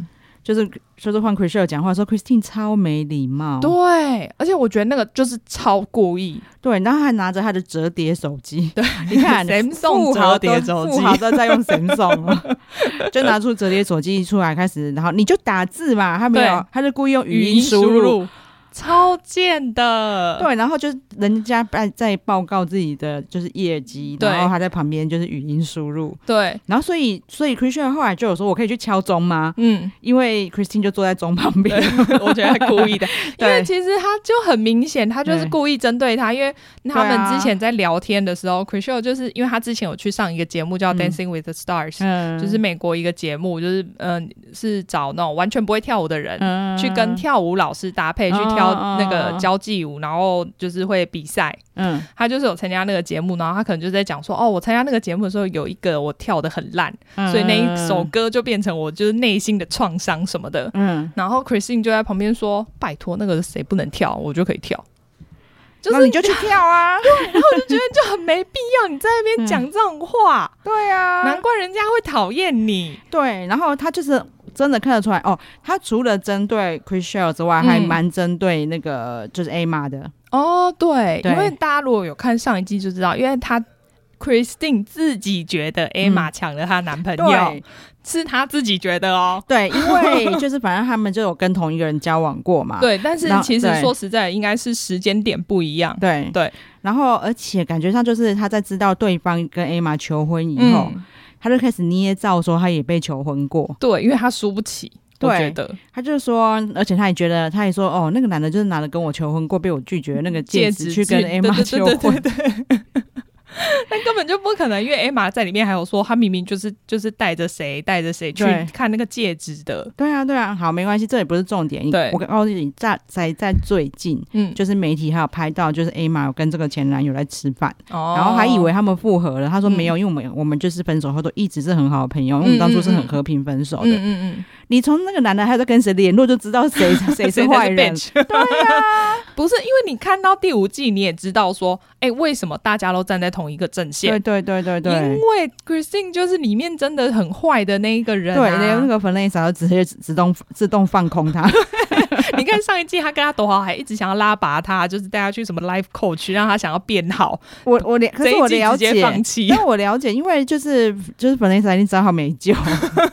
Speaker 3: 就是就是换 Christian 讲话说，Christine 超没礼貌，
Speaker 1: 对，而且我觉得那个就是超故意，
Speaker 3: 对，然后还拿着他的折叠手机，对，你看
Speaker 1: Samsung
Speaker 3: 富
Speaker 1: 折
Speaker 3: 豪都
Speaker 1: 叠手机
Speaker 3: 富豪都在用 Samsung，哦就拿出折叠手机出来开始，然后你就打字嘛，他没有
Speaker 1: 对，
Speaker 3: 他就故意用
Speaker 1: 语
Speaker 3: 音输入。
Speaker 1: 超贱的，
Speaker 3: 对，然后就是人家在在报告自己的就是业绩，
Speaker 1: 对
Speaker 3: 然后他在旁边就是语音输入，
Speaker 1: 对，
Speaker 3: 然后所以所以 Christian 后来就有说，我可以去敲钟吗？
Speaker 1: 嗯，
Speaker 3: 因为 Christine 就坐在钟旁边，
Speaker 1: 我觉得他故意的，因为
Speaker 3: 对
Speaker 1: 其实他就很明显，他就是
Speaker 3: 对
Speaker 1: 故意针对他，因为他
Speaker 3: 对
Speaker 1: 们
Speaker 3: 啊
Speaker 1: 之前在聊天的时候 c h r i s t e l 就是因为他之前有去上一个节目叫《
Speaker 3: 嗯
Speaker 1: Dancing with the Stars》，
Speaker 3: 嗯
Speaker 1: 就是美国一个节目，就是嗯、是找那种完全不会跳舞的人。
Speaker 3: 嗯
Speaker 1: 去跟跳舞老师搭配，去
Speaker 3: 嗯
Speaker 1: 跳
Speaker 3: 嗯
Speaker 1: 那个
Speaker 3: 嗯嗯
Speaker 1: 交际舞，然后就是会比赛。
Speaker 3: 嗯
Speaker 1: 他就是有参加那个节目，然后他可能就在讲说，哦，我参加那个节目的时候有一个我跳的很烂，
Speaker 3: 嗯
Speaker 1: 所以那一首歌就变成我就是内心的创伤什么的。
Speaker 3: 嗯。
Speaker 1: 然后 Christine 就在旁边说：“拜托，那个谁不能跳，我就可以跳。”就
Speaker 3: 那
Speaker 1: 是
Speaker 3: 你就去跳 啊！
Speaker 1: 就很没必要，你在那边讲这种话，
Speaker 3: 对
Speaker 1: 难
Speaker 3: 嗯啊，
Speaker 1: 怪人家会讨厌你。
Speaker 3: 对，然后他就是真的看得出来哦，他除了针对 Chriselle 之外，
Speaker 1: 嗯
Speaker 3: 还蛮针对那个就是 Emma 的。
Speaker 1: 哦，对，
Speaker 3: 对
Speaker 1: 因为大家如果有看上一季就知道，因为她 Christine 自己觉得 Emma 抢了她男朋友，
Speaker 3: 嗯对
Speaker 1: 是她自己觉得哦。
Speaker 3: 对，因为就是反正他们就有跟同一个人交往过 嘛。
Speaker 1: 对，但是
Speaker 3: 啊那
Speaker 1: 其实
Speaker 3: 对
Speaker 1: 说实在，应该是时间点不一样。
Speaker 3: 对
Speaker 1: 对，
Speaker 3: 然后而且感觉上就是他在知道对方跟 Emma 求婚以后，
Speaker 1: 嗯，
Speaker 3: 他就开始捏造说他也被求婚过。
Speaker 1: 对，因为她输不起。我
Speaker 3: 对
Speaker 1: 觉得
Speaker 3: 他就是说，而且他也觉得，他也说，哦，那个男的就是男的跟我求婚过，被我拒绝那个戒指去跟
Speaker 1: 戒
Speaker 3: A 妈求
Speaker 1: 对对
Speaker 3: 婚，
Speaker 1: 对对对对 但根本就不可能，因为 A 玛在里面还有说，他明明就是就是带着谁带着谁去
Speaker 3: 对
Speaker 1: 看那个戒指的，
Speaker 3: 对啊，对啊，好，没关系，这也不是重点。你
Speaker 1: 对
Speaker 3: 我告诉你，在在在最近，
Speaker 1: 嗯，
Speaker 3: 就是媒体还有拍到，就是 A 妈有跟这个前男友在吃饭，
Speaker 1: 哦
Speaker 3: 然后还以为他们复合了。他说没有，
Speaker 1: 嗯
Speaker 3: 因为我们我们就是分手后都一直是很好的朋友，因为我们当初是很和平分手的。
Speaker 1: 嗯嗯
Speaker 3: 你从那个男的还有在跟谁联络，就知道谁 谁
Speaker 1: 嗯，
Speaker 3: 是坏人。啊
Speaker 1: 对呀、 不是因为你看到第五季，你也知道说，哎、为什么大家都站在同一个阵
Speaker 3: 对
Speaker 1: 线？
Speaker 3: 对对对
Speaker 1: 因
Speaker 3: 对。
Speaker 1: 为 Christine 就是里面真的很坏的那一个人、
Speaker 3: 对，连那
Speaker 1: 啊。
Speaker 3: 个弗雷莎直接自动自动放空他，
Speaker 1: 你看上一季他跟他多好，还一直想要拉拔他，就是带他去什么 life coach，让他想要变好。
Speaker 3: 我我了，可
Speaker 1: 这
Speaker 3: 是我
Speaker 1: 一季
Speaker 3: 了
Speaker 1: 直接
Speaker 3: 解，
Speaker 1: 放弃，
Speaker 3: 但我了解，因为就是就是弗雷莎已经知道他没救，啊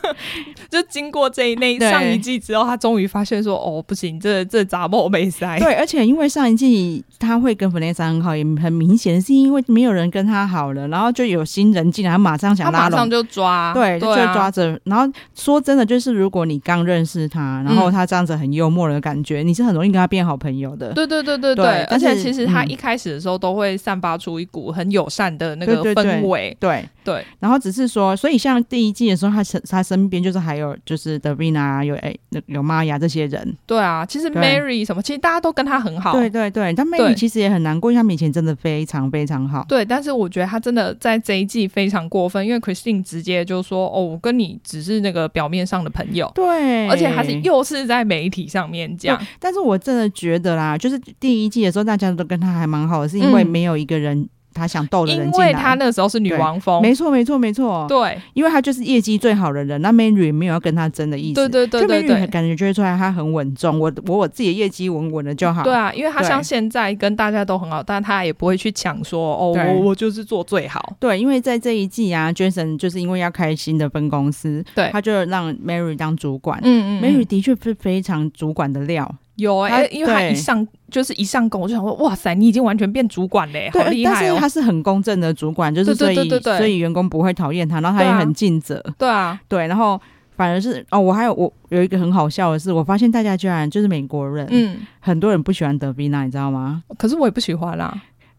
Speaker 1: 就经过这一那
Speaker 3: 对
Speaker 1: 上一季之后，他终于发现说，哦，不行，这这杂毛没塞。
Speaker 3: 对，而且因为上一季他会跟弗雷莎很好，也很明显是因为没有人跟他好了，然后就有新人进来，他马上
Speaker 1: 他
Speaker 3: 想拉
Speaker 1: 马上
Speaker 3: 拢。
Speaker 1: 就抓，
Speaker 3: 对，就
Speaker 1: 啊
Speaker 3: 抓着。然后说真的，就是如果你刚认识他，然
Speaker 1: 嗯
Speaker 3: 后他这样子很幽默的感觉，你是很容易跟他变好朋友 的。
Speaker 1: 对对对对对，
Speaker 3: 对
Speaker 1: 而
Speaker 3: 但
Speaker 1: 且
Speaker 3: 是
Speaker 1: 其实他
Speaker 3: 嗯
Speaker 1: 一开始的时候都会散发出一股很友善的那个
Speaker 3: 对对对
Speaker 1: 氛围，
Speaker 3: 对，
Speaker 1: 对
Speaker 3: 然后只是说，所以像第一季的时候，他身他身边就是还有就是德宾啊，有哎那有玛雅这些人。
Speaker 1: 对啊。其实
Speaker 3: 对
Speaker 1: Mary 什么，其实大家都跟他很好，
Speaker 3: 对对对，但妹
Speaker 1: 对
Speaker 3: 妹其实也很难过，因为他们以前真的非常非常好。
Speaker 1: 对，但是我觉得他真的在这一季非常过分，因为 Christine 直接就说：“哦，我跟你只是那个表面上的朋友。”
Speaker 3: 对，
Speaker 1: 而且还是又是在媒体上面讲，
Speaker 3: 但是我真的觉得啦，就是第一季的时候，大家都跟他还蛮好的，是因为
Speaker 1: 嗯
Speaker 3: 没有一个人他想逗的人
Speaker 1: 因
Speaker 3: 进来。
Speaker 1: 为他那时候是女王风，
Speaker 3: 没错，没错，没错，
Speaker 1: 对
Speaker 3: 因为他就是业绩最好的人，那 Mary 没有要跟他争的意思。
Speaker 1: 对对对
Speaker 3: 就
Speaker 1: 对
Speaker 3: Mary
Speaker 1: 对，
Speaker 3: 感觉就会出来，他很稳重。我我我自己的业绩稳稳的就好。
Speaker 1: 对啊，因为他
Speaker 3: 对
Speaker 1: 像现在跟大家都很好，但他也不会去抢说哦，
Speaker 3: 对
Speaker 1: 我我就是做最好，
Speaker 3: 对，因为在这一季啊，Jason 就是因为要开新的分公司，
Speaker 1: 对
Speaker 3: 他就让 Mary 当主管。
Speaker 1: 嗯
Speaker 3: Mary 的确是非常主管的料，
Speaker 1: 有哎、
Speaker 3: 他
Speaker 1: 欸因为他
Speaker 3: 对
Speaker 1: 一上就是一上工，我就想说，哇塞，你已经完全变主管嘞、好
Speaker 3: 对，
Speaker 1: 厉
Speaker 3: 但
Speaker 1: 害
Speaker 3: 是
Speaker 1: 哦、
Speaker 3: 他是很公正的主管，就是所
Speaker 1: 对
Speaker 3: 以
Speaker 1: 对对对对
Speaker 3: 所以员工不会讨厌他，然后他也
Speaker 1: 对啊
Speaker 3: 很尽责。
Speaker 1: 对啊，
Speaker 3: 对，然后反而是哦，我还有我有一个很好笑的是，我发现大家居然就是美国人，
Speaker 1: 嗯，
Speaker 3: 很多人不喜欢德比娜，你知道吗？
Speaker 1: 可是我也不喜欢啦。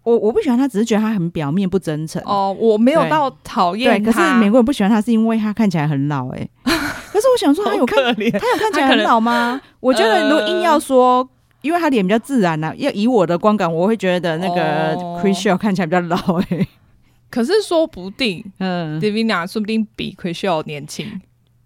Speaker 3: 我我不喜欢他，只是觉得他很表面不真诚。
Speaker 1: 哦，我没有
Speaker 3: 对
Speaker 1: 到讨
Speaker 3: 呃对，
Speaker 1: 厌
Speaker 3: 可是
Speaker 1: 他，
Speaker 3: 美国人不喜欢他是因为他看起来很老 哎、欸可是我想说，他有
Speaker 1: 好
Speaker 3: 看
Speaker 1: 可怜。
Speaker 3: 他有看起来
Speaker 1: 他可
Speaker 3: 很
Speaker 1: 能
Speaker 3: 老吗？我觉得如果硬要说。因为他脸比较自然呐、啊，要以我的观感，我会觉得那个
Speaker 1: 哦
Speaker 3: Chris s h a w 看起来比较老哎、欸
Speaker 1: 可是说不定
Speaker 3: 嗯，
Speaker 1: Divina 说不定比 c h r i s t e l 年轻。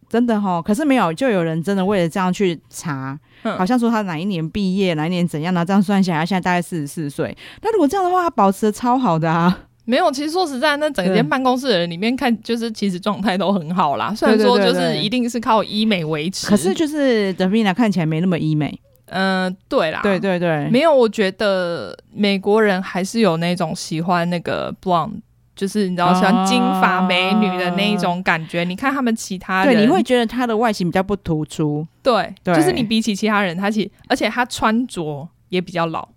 Speaker 3: 真的哈、可是没有，就有人真的为了这样去查，
Speaker 1: 嗯
Speaker 3: 好像说他哪一年毕业，哪一年怎样，然后这样算下来，他现在大概四十四岁。那如果这样的话，他保持的超好的啊，
Speaker 1: 没有，其实说实在，那整间
Speaker 3: 对
Speaker 1: 办公室的人里面看，就是其实状态都很好啦。虽然
Speaker 3: 对对
Speaker 1: 说
Speaker 3: 对
Speaker 1: 就是
Speaker 3: 对
Speaker 1: 一定是靠医美维持，
Speaker 3: 可是就是 Davina 看起来没那么医美，
Speaker 1: 嗯、对啦，
Speaker 3: 对对对，
Speaker 1: 没有，我觉得美国人还是有那种喜欢那个 blonde，就是你知道
Speaker 3: 啊
Speaker 1: 喜欢金发美女的那一种感觉。你看他们其他人，
Speaker 3: 对，你会觉得他的外形比较不突出
Speaker 1: 对，
Speaker 3: 对
Speaker 1: 就是你比起其他人，他其而且他穿着也比较老，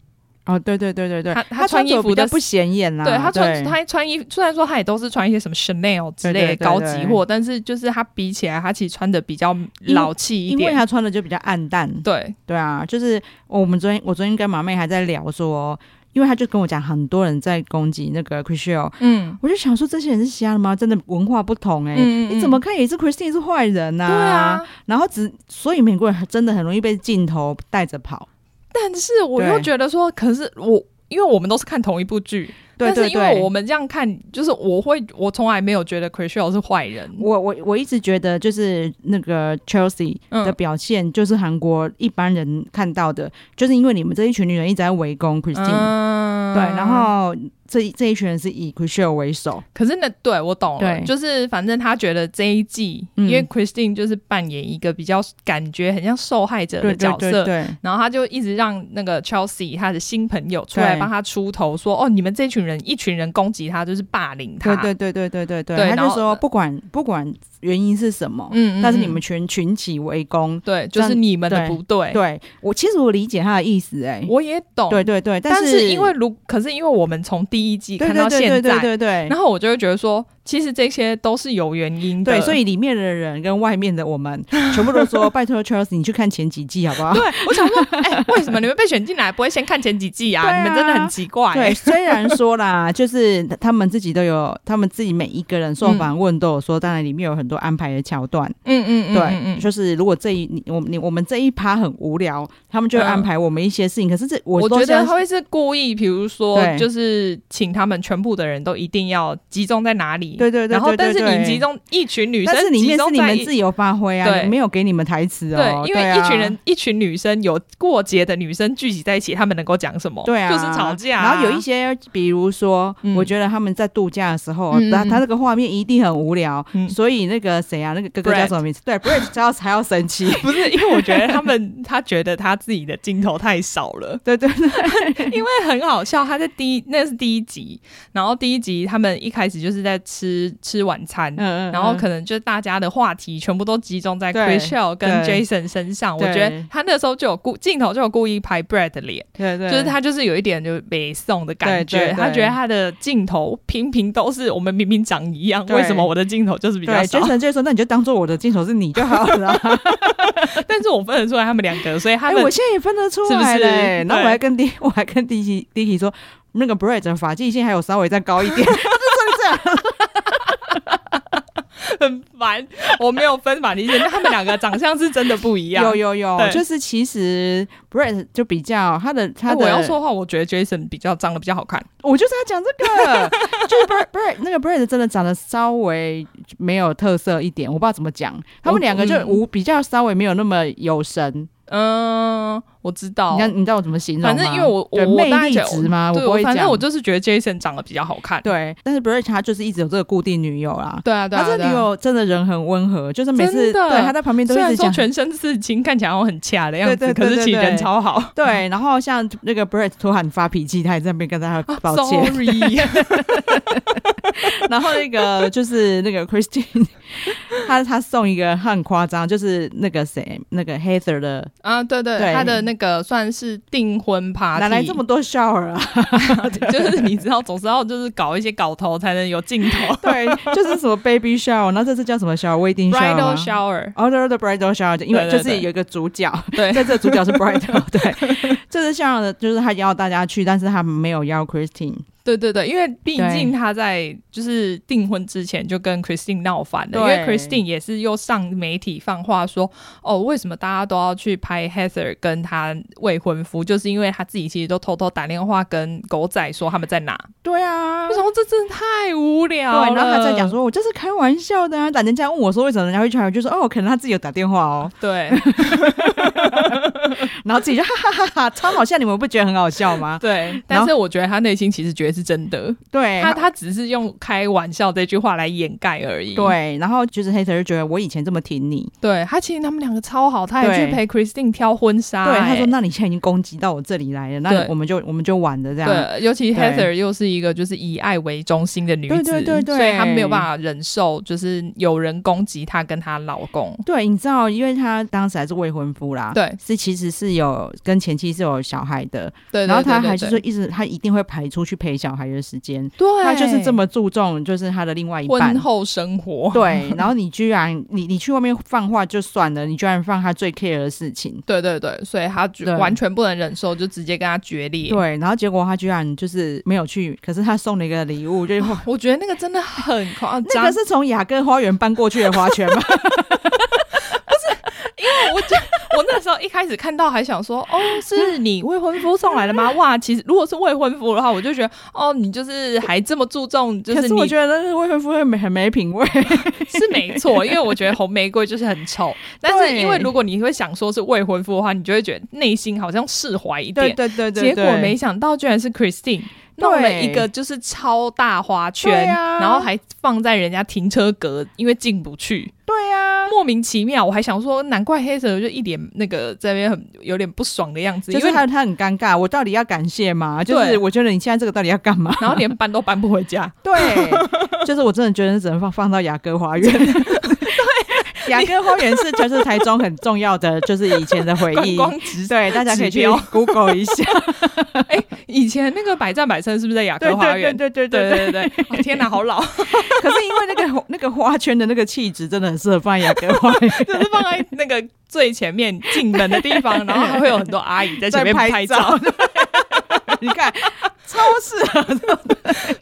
Speaker 3: 哦，对对对对对，
Speaker 1: 他他
Speaker 3: 穿
Speaker 1: 穿衣
Speaker 3: 着
Speaker 1: 服
Speaker 3: 比
Speaker 1: 的
Speaker 3: 较不显眼啦，
Speaker 1: 对他穿
Speaker 3: 对
Speaker 1: 他穿衣，虽然说他也都是穿一些什么 Chanel 之类
Speaker 3: 对对对
Speaker 1: 的高级
Speaker 3: 对
Speaker 1: 货，但是就是他比起来，他其实穿的比较
Speaker 3: 因为
Speaker 1: 老气一
Speaker 3: 因为
Speaker 1: 点。
Speaker 3: 他穿的就比较暗淡，
Speaker 1: 对，
Speaker 3: 对啊，就是我们昨天我昨天跟马妹还在聊说，因为他就跟我讲很多人在攻击那个 c h r i s t e l
Speaker 1: 嗯，
Speaker 3: 我就想说，这些人是瞎了吗？真的文化不同哎、
Speaker 1: 嗯嗯嗯
Speaker 3: 你怎么看也是 Christine 是坏人呐、
Speaker 1: 对啊。
Speaker 3: 然后只所以美国人真的很容易被镜头带着跑。
Speaker 1: 但是我又
Speaker 3: 对
Speaker 1: 觉得说，可是我因为我们都是看同一部剧，
Speaker 3: 对
Speaker 1: 但
Speaker 3: 对
Speaker 1: 是因为我
Speaker 3: 对，
Speaker 1: 们这样看，就是我会，我从来没有觉得 c h r i s t e l 是坏人。
Speaker 3: 我我我一直觉得就是那个 Chelsea
Speaker 1: 嗯
Speaker 3: 的表现，就是韩国一般人看到的，就是因为你们这一群女人一直在围攻 Christine，、
Speaker 1: 嗯
Speaker 3: 对，然后这一这一群人是以 Christine 为首，
Speaker 1: 可是那对我懂了，
Speaker 3: 对
Speaker 1: 就是反正他觉得这一季，
Speaker 3: 嗯
Speaker 1: 因为 Christine 就是扮演一个比较感觉很像受害者的
Speaker 3: 对
Speaker 1: 角
Speaker 3: 对
Speaker 1: 色，
Speaker 3: 对对
Speaker 1: 然后他就一直让那个 Chelsea 他的新朋友出来
Speaker 3: 对
Speaker 1: 帮他出头说，哦，你们这群人一群人攻击他，就是霸凌他，
Speaker 3: 对对对对对对
Speaker 1: 对
Speaker 3: 对，他
Speaker 1: 然
Speaker 3: 就
Speaker 1: 后呃
Speaker 3: 说不管不管原因是什么，
Speaker 1: 嗯，嗯嗯，
Speaker 3: 但是你们群群起围攻。
Speaker 1: 对，就是你们的
Speaker 3: 对
Speaker 1: 不对，
Speaker 3: 对我其实我理解他的意思、哎，
Speaker 1: 我也懂，
Speaker 3: 对对对，
Speaker 1: 但
Speaker 3: 是
Speaker 1: 因为如可是因为我们从第一季
Speaker 3: 对
Speaker 1: 看
Speaker 3: 对
Speaker 1: 到
Speaker 3: 对
Speaker 1: 现在，
Speaker 3: 对对对对，
Speaker 1: 然后我就会觉得说，其实这些都是有原因的。
Speaker 3: 对，所以里面的人跟外面的我们， 全部都 说拜托 Charles，你去看前几季好不好？
Speaker 1: 对，我想说，哎、为什么你们被选进来不会先看前几季啊？
Speaker 3: 对啊
Speaker 1: 你们真的很奇怪、
Speaker 3: 对，虽然说啦，就是他们自己都有，他们自己每一个人受访问都有说，当然里面有很多安排的桥段。
Speaker 1: 嗯嗯嗯，
Speaker 3: 对，
Speaker 1: 嗯嗯，
Speaker 3: 就是如果这一你我们你我们这一趴很无聊，他们就会
Speaker 1: 嗯
Speaker 3: 安排我们一些事情。可是这我
Speaker 1: 我
Speaker 3: 都
Speaker 1: 觉得
Speaker 3: 相
Speaker 1: 他会是故意，比如说
Speaker 3: 对
Speaker 1: 就是请他们全部的人都一定要集中在哪里，
Speaker 3: 对对对对
Speaker 1: 然后但是
Speaker 3: 对
Speaker 1: 你
Speaker 3: 对
Speaker 1: 集中一群女生，
Speaker 3: 但是里面是你们
Speaker 1: 集中在
Speaker 3: 自由发挥啊，
Speaker 1: 对
Speaker 3: 你没有给你们台词哦。
Speaker 1: 对，因为
Speaker 3: 啊
Speaker 1: 一群人、一群女生有过节的女生聚集在一起，她们能够讲什么？
Speaker 3: 对啊，
Speaker 1: 就是吵架啊、
Speaker 3: 然后有一些，比如说，
Speaker 1: 嗯
Speaker 3: 我觉得他们在度假的时候，啊
Speaker 1: 嗯嗯
Speaker 3: 他
Speaker 1: 嗯
Speaker 3: 他那个画面一定很无聊，
Speaker 1: 嗯
Speaker 3: 所以那个谁啊，那个哥哥
Speaker 1: Brett
Speaker 3: 叫什么名字？对 b r a t 叫还要生气。
Speaker 1: 不是因为我觉得他们，他觉得他自己的镜头太少了，
Speaker 3: 对对对，
Speaker 1: 因为很好笑。他在第一，那是第一集，然后第一集他们一开始就是在吃吃晚餐。
Speaker 3: 嗯
Speaker 1: 然后可能就是大家的话题全部都集中在
Speaker 3: 对
Speaker 1: Chriselle 跟
Speaker 3: 对
Speaker 1: Jason 身上，我
Speaker 3: 对
Speaker 1: 觉得他那时候就有故镜头就有故意拍 Brad 的脸，
Speaker 3: 对对，
Speaker 1: 就是他就是有一点就北宋的感觉，
Speaker 3: 对对对
Speaker 1: 他觉得他的镜头频频都是我们明明长一样，
Speaker 3: 对
Speaker 1: 为什么我的镜头就是比
Speaker 3: 对
Speaker 1: 较少？
Speaker 3: ，Jason 就说，那你就当做我的镜头是你就好了啊。
Speaker 1: 但是我分得出来他们两个，所以 他
Speaker 3: 哎，
Speaker 1: 们、
Speaker 3: 我现在也分得出
Speaker 1: 是不
Speaker 3: 来
Speaker 1: 是
Speaker 3: 嘞。然后
Speaker 1: 对
Speaker 3: 我还跟 D，我还跟 D K D K 说，那个 b r a t 的发际线还有稍微再高一点。
Speaker 1: 很烦，我没有分法理解，但他们两个长相是真的 不一样。
Speaker 3: 有有有
Speaker 1: 对，
Speaker 3: 就是其实 b r a t 就比较他的他
Speaker 1: 哎
Speaker 3: 的，
Speaker 1: 我要说话，我觉得 Jason 比较长得比较好看，
Speaker 3: 我就是要讲这个， 就是 Brad Brad 那个 Brad 真的长得稍微没有特色一点，我不知道怎么讲，他们两个就
Speaker 1: 嗯
Speaker 3: 无比较稍微没有那么有神，
Speaker 1: 嗯，我知道
Speaker 3: 你。看你知道我怎么形容吗？
Speaker 1: 反正因为我
Speaker 3: 对
Speaker 1: 我我
Speaker 3: 魅
Speaker 1: 大概
Speaker 3: 力
Speaker 1: 觉得
Speaker 3: 值吗？我
Speaker 1: 对，
Speaker 3: 不
Speaker 1: 我
Speaker 3: 会
Speaker 1: 反正
Speaker 3: 讲，
Speaker 1: 我就是觉得 Jason 长得比较好看。
Speaker 3: 对，但是 Brad 他就是一直有这个固定女友啦。
Speaker 1: 对啊，对啊，
Speaker 3: 他这
Speaker 1: 对啊
Speaker 3: 女友真的人很温和，就是每次
Speaker 1: 真的
Speaker 3: 对他在旁边都
Speaker 1: 虽
Speaker 3: 一
Speaker 1: 然
Speaker 3: 直
Speaker 1: 说
Speaker 3: 讲
Speaker 1: 全身刺青，看起来好像很恰的样子，
Speaker 3: 对对对
Speaker 1: 可是
Speaker 3: 对
Speaker 1: 其实人
Speaker 3: 对
Speaker 1: 超好。
Speaker 3: 对，然后像那个 Brad 突然发脾气，他也在那边跟他
Speaker 1: 啊
Speaker 3: 抱歉，
Speaker 1: Sorry，
Speaker 3: 然后那个就是那个 Christine，他他送一个他很夸张，就是那个谁，那个 Heather 的，
Speaker 1: 啊，对对，
Speaker 3: 对
Speaker 1: 他的那个算是订婚 party，
Speaker 3: 哪来这么多 shower 啊？
Speaker 1: 就是你知道，总是要就是搞一些搞头才能有镜 头
Speaker 3: 对，就是什么 baby shower，然后这次叫什么 shower？wedding shower 吗
Speaker 1: ，bridal shower，
Speaker 3: 哦，对对对，bridal shower，就因为
Speaker 1: 对对
Speaker 3: 就
Speaker 1: 对
Speaker 3: 是有一个主角，
Speaker 1: 对
Speaker 3: 在这主角是 bridal，对，就是像的，就是他邀大家去，但是他没有邀 Christine，
Speaker 1: 对对对，因为毕
Speaker 3: 对
Speaker 1: 竟他在就是订婚之前就跟 Christine 闹翻了，因为
Speaker 3: 对
Speaker 1: Christine 也是又上媒体放话说，哦，为什么大家都要去拍 Heather 跟她未婚夫，就是因为她自己其实都偷偷打电话跟狗仔说他们在哪，
Speaker 3: 对啊
Speaker 1: 我。想说这真的太无聊了，
Speaker 3: 对，然后他在讲说，我就是开玩笑的啊。但人家问我说为什么人家会去，我就说哦，可能他自己有打电话哦。
Speaker 1: 对
Speaker 3: 然后自己就哈哈哈哈，超好笑，你们不觉得很好笑吗？
Speaker 1: 对，
Speaker 3: 然
Speaker 1: 但
Speaker 3: 后
Speaker 1: 是我觉得他内心其实觉得是真的，
Speaker 3: 对，
Speaker 1: 他他只是用开玩笑这句话来掩盖而已，。
Speaker 3: 对，然后就是黑 e 就觉得我以前这么挺你，
Speaker 1: 对他，其实他们两个超好，他也
Speaker 3: 对
Speaker 1: 去陪 Christine 挑婚纱、
Speaker 3: 对，他
Speaker 1: 哎
Speaker 3: 说那你现在已经攻击到我这里来了，
Speaker 1: 对
Speaker 3: 那我们就我们就完了这样。
Speaker 1: 对，尤其
Speaker 3: 对
Speaker 1: Heather 又是一个就是以爱为中心的女子，
Speaker 3: 对对对对
Speaker 1: 所以她没有办法忍受就是有人攻击她跟她老公。
Speaker 3: 对，你知道，因为他当时还是未婚夫啦，，
Speaker 1: 对
Speaker 3: 是其实是有跟前妻是有小孩的，
Speaker 1: 对对，
Speaker 3: 然后他
Speaker 1: 对
Speaker 3: 还是说
Speaker 1: 对
Speaker 3: 一直他一定会排出去陪小孩的时间，
Speaker 1: 对，
Speaker 3: 他就是这么注重就是他的另外一半
Speaker 1: 婚。后生活。
Speaker 3: 对，然后你居然你你去外面放话就算了，你居然放他最 care 的事情，
Speaker 1: 对对对，所以她就
Speaker 3: 对
Speaker 1: 完全不能忍受，就直接跟她决裂。
Speaker 3: 对，然后结果他居然就是没有去，可是他送了一个礼物，就是
Speaker 1: 我觉得那个真的很夸
Speaker 3: 那
Speaker 1: 张，
Speaker 3: 个是从雅各花园搬过去的花圈 吗？
Speaker 1: 我就我那时候一开始看到还想说，哦，是
Speaker 3: 嗯
Speaker 1: 你未婚夫送来的吗？哇，其实如果是未婚夫的话，我就觉得，哦，你就是还这么注重，就
Speaker 3: 可
Speaker 1: 是
Speaker 3: 是
Speaker 1: 你
Speaker 3: 我觉得那个未婚夫会没很没品味，
Speaker 1: 是没错，因为我觉得红玫瑰就是很 丑，但是
Speaker 3: 对
Speaker 1: 因为如果你会想说是未婚夫的话，你就会觉得内心好像释怀一点。
Speaker 3: 对对
Speaker 1: 结果没想到居然是 Christine
Speaker 3: 对
Speaker 1: 弄了一个就是超大花
Speaker 3: 对
Speaker 1: 圈，
Speaker 3: 啊
Speaker 1: 然后还放在人家停车格，因为进不去，
Speaker 3: 对啊，
Speaker 1: 莫名其妙。我还想说，难怪黑蛇就一脸那个在那边很有点不爽的样子，
Speaker 3: 就
Speaker 1: 因
Speaker 3: 是
Speaker 1: 为
Speaker 3: 他他很尴尬，我到底要感谢吗？就
Speaker 1: 对
Speaker 3: 是我觉得你现在这个到底要干 嘛？
Speaker 1: 然后连搬都搬不 回家。
Speaker 3: 对，就是我真的觉得只能放放到雅各花园。对， 甲哥花园是就是台中很重要的，就是以前的回
Speaker 1: 观
Speaker 3: 忆。
Speaker 1: 光指
Speaker 3: 对，大家可以
Speaker 1: 指
Speaker 3: 去
Speaker 1: 标
Speaker 3: Google 一下。
Speaker 1: 哎、 以前那个百战百胜是不是在雅科花园？
Speaker 3: 对对
Speaker 1: 对对对 对，哦天哪，好老，
Speaker 3: 可是因为那个那个花圈的那个气质，真的很适合放雅各花 园
Speaker 1: 就是放在那个最前面进门的地方，然后还会有很多阿姨在前面
Speaker 3: 在拍
Speaker 1: 拍照。
Speaker 3: 你看，超适合。